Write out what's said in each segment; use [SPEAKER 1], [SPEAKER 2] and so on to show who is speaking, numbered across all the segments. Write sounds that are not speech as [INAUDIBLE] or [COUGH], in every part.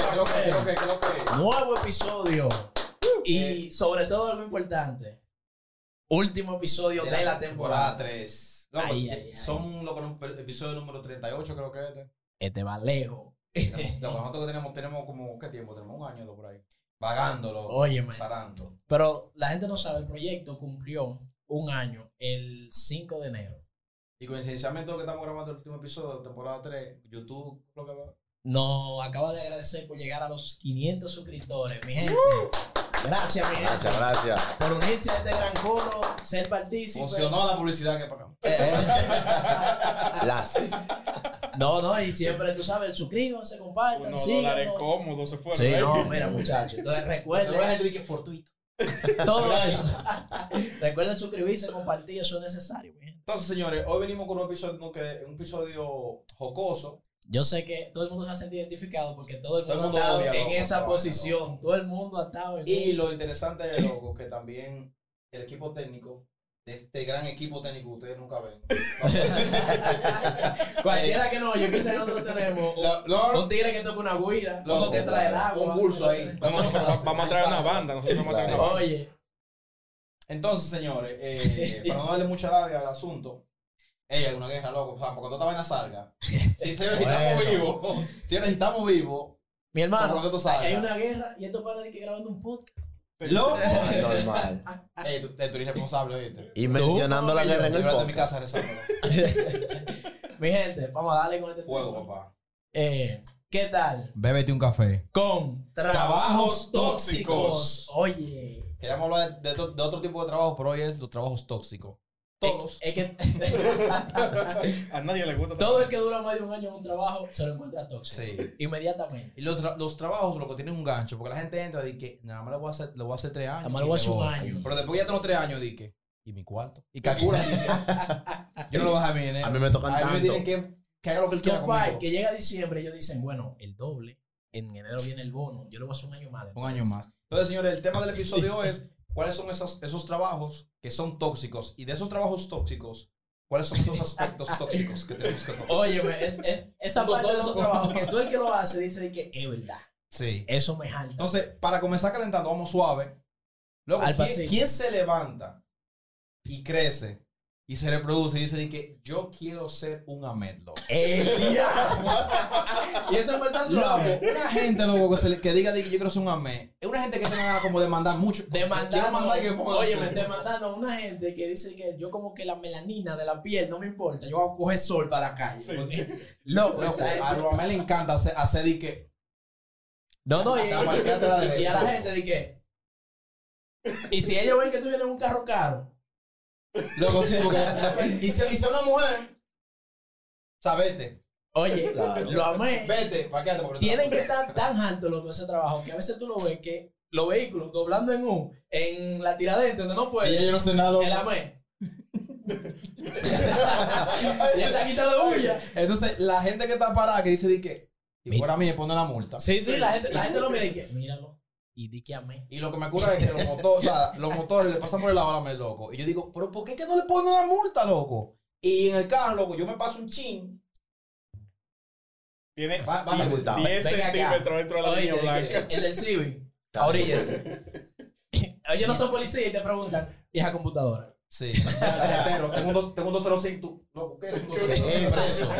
[SPEAKER 1] que, qué lo que. Eh,
[SPEAKER 2] Nuevo episodio. Y sobre todo algo importante. Último episodio de, la temporada.
[SPEAKER 1] 3.
[SPEAKER 2] Ay, ay, ay.
[SPEAKER 1] eh, Son loco, un per- episodio número 38, creo
[SPEAKER 2] [LAUGHS]
[SPEAKER 1] que es
[SPEAKER 2] Este va
[SPEAKER 1] [LAUGHS]
[SPEAKER 2] lejos.
[SPEAKER 1] este. Loco, nosotros que tenemos, tenemos como, ¿qué tiempo? Tenemos un año o dos por ahí. Vagándolo,
[SPEAKER 2] Óyeme.
[SPEAKER 1] zarando.
[SPEAKER 2] Pero la gente no sabe, el proyecto cumplió un año el 5 de enero.
[SPEAKER 1] Y coincidencialmente, lo que estamos grabando el último episodio de temporada 3, YouTube, lo que va.
[SPEAKER 2] Nos acaba de agradecer por llegar a los 500 suscriptores, mi gente. Gracias, mi gente,
[SPEAKER 3] Gracias, gracias.
[SPEAKER 2] por unirse a este gran coro, ser partícipe.
[SPEAKER 1] Funcionó la publicidad que pagamos.
[SPEAKER 2] Eh,
[SPEAKER 3] Las.
[SPEAKER 2] [LAUGHS] no, no, y siempre, tú sabes, suscríbanse, compartan,
[SPEAKER 4] Unos dólares
[SPEAKER 2] síganos.
[SPEAKER 4] cómodos se fueron.
[SPEAKER 2] Sí,
[SPEAKER 4] ¿eh?
[SPEAKER 2] no, mira, muchachos. Entonces
[SPEAKER 1] [LAUGHS]
[SPEAKER 2] recuerden
[SPEAKER 1] gente dice que es fortuito. [LAUGHS]
[SPEAKER 2] todo eso. [LAUGHS] recuerden suscribirse, compartir, eso es necesario. mi gente.
[SPEAKER 1] Entonces, señores, hoy venimos con un episodio, no, que, un episodio jocoso.
[SPEAKER 2] Yo sé que todo el mundo se ha sentido identificado porque todo el
[SPEAKER 1] Todo el
[SPEAKER 2] mundo,
[SPEAKER 1] mundo
[SPEAKER 2] ha estado
[SPEAKER 1] odia,
[SPEAKER 2] en
[SPEAKER 1] loco,
[SPEAKER 2] esa
[SPEAKER 1] trabaja,
[SPEAKER 2] posición.
[SPEAKER 1] loco.
[SPEAKER 2] Todo el mundo ha estado en.
[SPEAKER 1] Y lo interesante es, loco, que también el equipo técnico, de este gran equipo técnico que ustedes nunca ven.
[SPEAKER 2] [LAUGHS] Cualquiera que no, yo quise que nosotros tenemos.
[SPEAKER 1] Lo- lo-
[SPEAKER 2] Un tigre que toca una guira,
[SPEAKER 1] Loco,
[SPEAKER 2] uno que trae el agua.
[SPEAKER 1] un curso ahí.
[SPEAKER 2] [LAUGHS]
[SPEAKER 4] Vamos, vamos- vamos a traer una banda. Nosotros vamos a traer una
[SPEAKER 3] eh,
[SPEAKER 4] banda.
[SPEAKER 2] Oye,
[SPEAKER 1] Entonces, señores, eh, para no darle mucha larga al asunto, ey, hay una guerra, loco. O sea, porque cuando esta vaina salga, si señores, estamos
[SPEAKER 2] Bueno.
[SPEAKER 1] vivos, señores, estamos vivos,
[SPEAKER 2] mi
[SPEAKER 1] para
[SPEAKER 2] hermano,
[SPEAKER 1] cuando esto salga.
[SPEAKER 2] hay una guerra y estos panas de que grabando un podcast. [LAUGHS]
[SPEAKER 1] Loco,
[SPEAKER 3] Normal.
[SPEAKER 1] ey, tú, tú eres responsable, oíste.
[SPEAKER 3] Y mencionando la guerra en el
[SPEAKER 1] Llévate a mi
[SPEAKER 3] podcast.
[SPEAKER 1] casa rezándolo.
[SPEAKER 2] mi gente, vamos a darle con este tema.
[SPEAKER 1] Fuego, papá.
[SPEAKER 2] Eh, ¿Qué tal?
[SPEAKER 1] Bébete un café.
[SPEAKER 2] Con
[SPEAKER 1] Trabajos tóxicos.
[SPEAKER 2] Oye.
[SPEAKER 1] Queríamos hablar de, de otro- de otro tipo de trabajo, pero hoy es los trabajos
[SPEAKER 4] Eh,
[SPEAKER 1] tóxicos. Todos.
[SPEAKER 2] Es que
[SPEAKER 4] A nadie le gusta.
[SPEAKER 2] [LAUGHS] todo el que dura más de un año en un trabajo se lo encuentra tóxico.
[SPEAKER 1] Sí.
[SPEAKER 2] Inmediatamente.
[SPEAKER 1] Y los, tra- los trabajos, lo que tienen un gancho, porque la gente entra y dice, nada más lo voy a hacer, lo voy a hacer tres
[SPEAKER 2] Nada
[SPEAKER 1] años.
[SPEAKER 2] más
[SPEAKER 1] y
[SPEAKER 2] lo voy a
[SPEAKER 1] me
[SPEAKER 2] hacer un
[SPEAKER 1] voy".
[SPEAKER 2] año.
[SPEAKER 1] Pero después ya tengo tres años, dije, ¿y mi cuarto?
[SPEAKER 2] [LAUGHS]
[SPEAKER 1] Y calcula, di que, yo no lo voy a dejar bien, ¿eh?
[SPEAKER 3] A mí me tocan
[SPEAKER 1] A mí me
[SPEAKER 3] tanto.
[SPEAKER 1] tienen que, que haga lo que él quiera
[SPEAKER 2] Compadre,
[SPEAKER 1] conmigo.
[SPEAKER 2] que llega diciembre, ellos dicen, bueno, el doble. En enero viene el bono. Yo le voy a hacer un año más.
[SPEAKER 1] Un año más. Entonces, señores, el tema del
[SPEAKER 2] [LAUGHS]
[SPEAKER 1] episodio es, ¿cuáles son esos, esos trabajos que son tóxicos? Y de esos trabajos tóxicos, ¿cuáles
[SPEAKER 2] [LAUGHS]
[SPEAKER 1] son esos aspectos tóxicos que tenemos que tomar?
[SPEAKER 2] Óyeme, es, es- esa
[SPEAKER 1] No,
[SPEAKER 2] parte de
[SPEAKER 1] no,
[SPEAKER 2] esos
[SPEAKER 1] no.
[SPEAKER 2] trabajos que tú el que lo hace dice de que es verdad.
[SPEAKER 1] Sí.
[SPEAKER 2] Eso me
[SPEAKER 1] [LAUGHS]
[SPEAKER 2] jalta.
[SPEAKER 1] Entonces, para comenzar calentando, vamos suave. Loco,
[SPEAKER 2] Al
[SPEAKER 1] ¿quién,
[SPEAKER 2] pasito.
[SPEAKER 1] quién se levanta y crece y se reproduce y dice de que yo quiero ser un amedlo?
[SPEAKER 2] El día. [LAUGHS] y eso me está suave.
[SPEAKER 1] una gente loco que, se le- que diga de que yo quiero ser un amé, es una gente que tenga ganas como de mandar mucho. Quiero
[SPEAKER 2] Demandando,
[SPEAKER 1] mandar que ponga-
[SPEAKER 2] oye, me demandando a una gente que dice que yo como que la melanina de la piel no me importa, yo voy a coger sol para la calle. porque- Loco,
[SPEAKER 1] Loco,
[SPEAKER 2] esa gente-
[SPEAKER 1] a los amés le encanta hacer, hacer de que.
[SPEAKER 2] No, no, y,
[SPEAKER 1] Hasta marcarte la
[SPEAKER 2] y- y a la
[SPEAKER 1] [LAUGHS] derecha.
[SPEAKER 2] gente de que... Y si ellos ven que tú vienes en un carro caro,
[SPEAKER 1] Loco, sí, porque- y si y si una mujer, o sea, vete,
[SPEAKER 2] oye,
[SPEAKER 3] Claro.
[SPEAKER 2] lo amé.
[SPEAKER 1] vete, pa' quédate, porque
[SPEAKER 2] Tienen que estar tan alto loco ese trabajo que a veces tú lo ves que los vehículos doblando en U, en la tiradente donde no
[SPEAKER 1] Y
[SPEAKER 2] puede,
[SPEAKER 1] ella yo no sé nada, loco.
[SPEAKER 2] el amé. [LAUGHS] ya está quitando bulla.
[SPEAKER 1] Entonces, la gente que está parada que dice de que si
[SPEAKER 2] Mi-
[SPEAKER 1] fuera a mí me pone la multa.
[SPEAKER 2] Sí, sí, la gente, la gente lo mira y que, míralo. Y di que amé.
[SPEAKER 1] Y lo que me cura es que los motores, o sea, los motores le pasan por el lado a la mer, loco. Y yo digo, pero ¿por qué que no le ponen la multa, loco? Y en el carro, loco, yo me paso un chin.
[SPEAKER 4] Tiene
[SPEAKER 1] Va- va-
[SPEAKER 4] 10
[SPEAKER 3] va-
[SPEAKER 2] venga acá.
[SPEAKER 4] centímetros dentro de la línea blanca.
[SPEAKER 2] el del Civic. Ahoríllese. [LAUGHS] Ellos no son policías y te preguntan, ¿y esa computadora?
[SPEAKER 1] Sí. [LAUGHS] Carretero, tengo un, dos- tengo un 205, tú, loco, ¿qué es un 205?
[SPEAKER 2] ¿Qué
[SPEAKER 1] es
[SPEAKER 2] es
[SPEAKER 1] eso?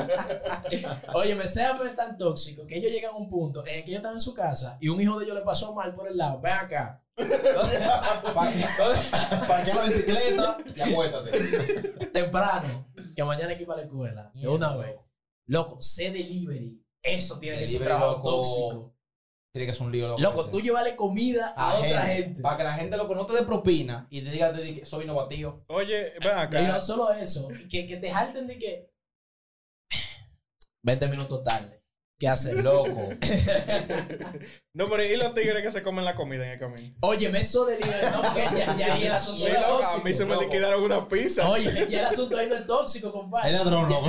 [SPEAKER 2] Oye, me sea tan tóxico que ellos llegan a un punto en el que ellos están en su casa y un hijo de ellos le pasó mal por el lado. Ven acá.
[SPEAKER 1] Parquea la bicicleta y acuéstate.
[SPEAKER 2] Temprano, que mañana hay que ir para la escuela. De una vez. Loco, sé delivery. Eso tiene que ser un
[SPEAKER 1] Delivery,
[SPEAKER 2] trabajo
[SPEAKER 1] loco.
[SPEAKER 2] tóxico.
[SPEAKER 1] Tiene que ser un lío, loco.
[SPEAKER 2] Loco, tú llevarle comida a, otra gente.
[SPEAKER 1] Para que la gente, loco, no te dé propina y te diga, te diga, soy innovativo.
[SPEAKER 4] Oye, ven
[SPEAKER 2] Y no
[SPEAKER 4] acá.
[SPEAKER 2] solo eso, que, que te jalten de que 20 minutos tarde. ¿Qué haces? [LAUGHS]
[SPEAKER 1] Loco.
[SPEAKER 4] No, pero ¿y los tigres que se comen la comida en el camino?
[SPEAKER 2] Oye, me eso de libre, no, porque ya, ya ahí el asunto
[SPEAKER 4] Sí,
[SPEAKER 2] no es
[SPEAKER 4] loca,
[SPEAKER 2] tóxico.
[SPEAKER 4] a mí se me
[SPEAKER 2] loco.
[SPEAKER 4] liquidaron una pizza.
[SPEAKER 2] Oye, ya el asunto ahí no es tóxico,
[SPEAKER 1] Es
[SPEAKER 2] compadre.
[SPEAKER 1] ladrón, loco.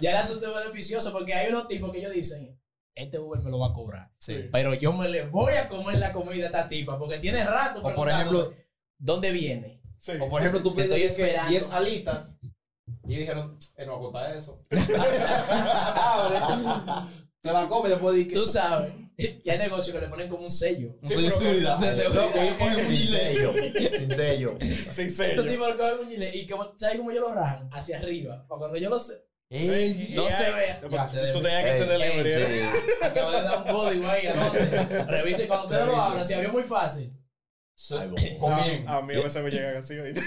[SPEAKER 2] Ya el asunto es beneficioso, porque hay unos tipos que ellos dicen, este Uber me lo va a cobrar.
[SPEAKER 1] [LAUGHS] Sí.
[SPEAKER 2] Pero yo me le voy a comer la comida a esta tipa, porque tiene rato.
[SPEAKER 1] O por
[SPEAKER 2] preguntándome,
[SPEAKER 1] ejemplo-
[SPEAKER 2] ¿dónde viene?
[SPEAKER 1] [LAUGHS]
[SPEAKER 4] Sí.
[SPEAKER 1] O por ejemplo, tú
[SPEAKER 2] Te estoy
[SPEAKER 1] pediste que
[SPEAKER 2] esperando.
[SPEAKER 1] 10 alitas y dijeron, eh, no, agota eso. Abre. Te la come y después di que.
[SPEAKER 2] Tú sabes que hay negocios que le ponen como un sello.
[SPEAKER 1] No soy de seguridad.
[SPEAKER 2] Sí, sí,
[SPEAKER 1] Loco, ellos cogen un
[SPEAKER 3] Sin
[SPEAKER 1] delay.
[SPEAKER 3] sello. Sin sello.
[SPEAKER 4] Sin
[SPEAKER 2] Estos
[SPEAKER 4] sello.
[SPEAKER 2] tipos lo cogen un gilet y como, ¿sabes cómo ellos lo rajan? Hacia arriba. Para cuando yo lo sé.
[SPEAKER 1] Ey,
[SPEAKER 2] No
[SPEAKER 4] Ya,
[SPEAKER 2] se vea.
[SPEAKER 4] tú-
[SPEAKER 2] Ya,
[SPEAKER 4] Tú
[SPEAKER 2] se
[SPEAKER 4] tú
[SPEAKER 2] debe.
[SPEAKER 4] tenías que ser
[SPEAKER 3] Ey,
[SPEAKER 4] delivery.
[SPEAKER 3] Sí.
[SPEAKER 4] ¿eh?
[SPEAKER 2] Acaba de dar un código ahí. anote. Revisa y cuando ustedes lo abran, se abrió muy fácil.
[SPEAKER 1] Comien.
[SPEAKER 4] Ah, A a mí a veces me llegan así. ¿oíste?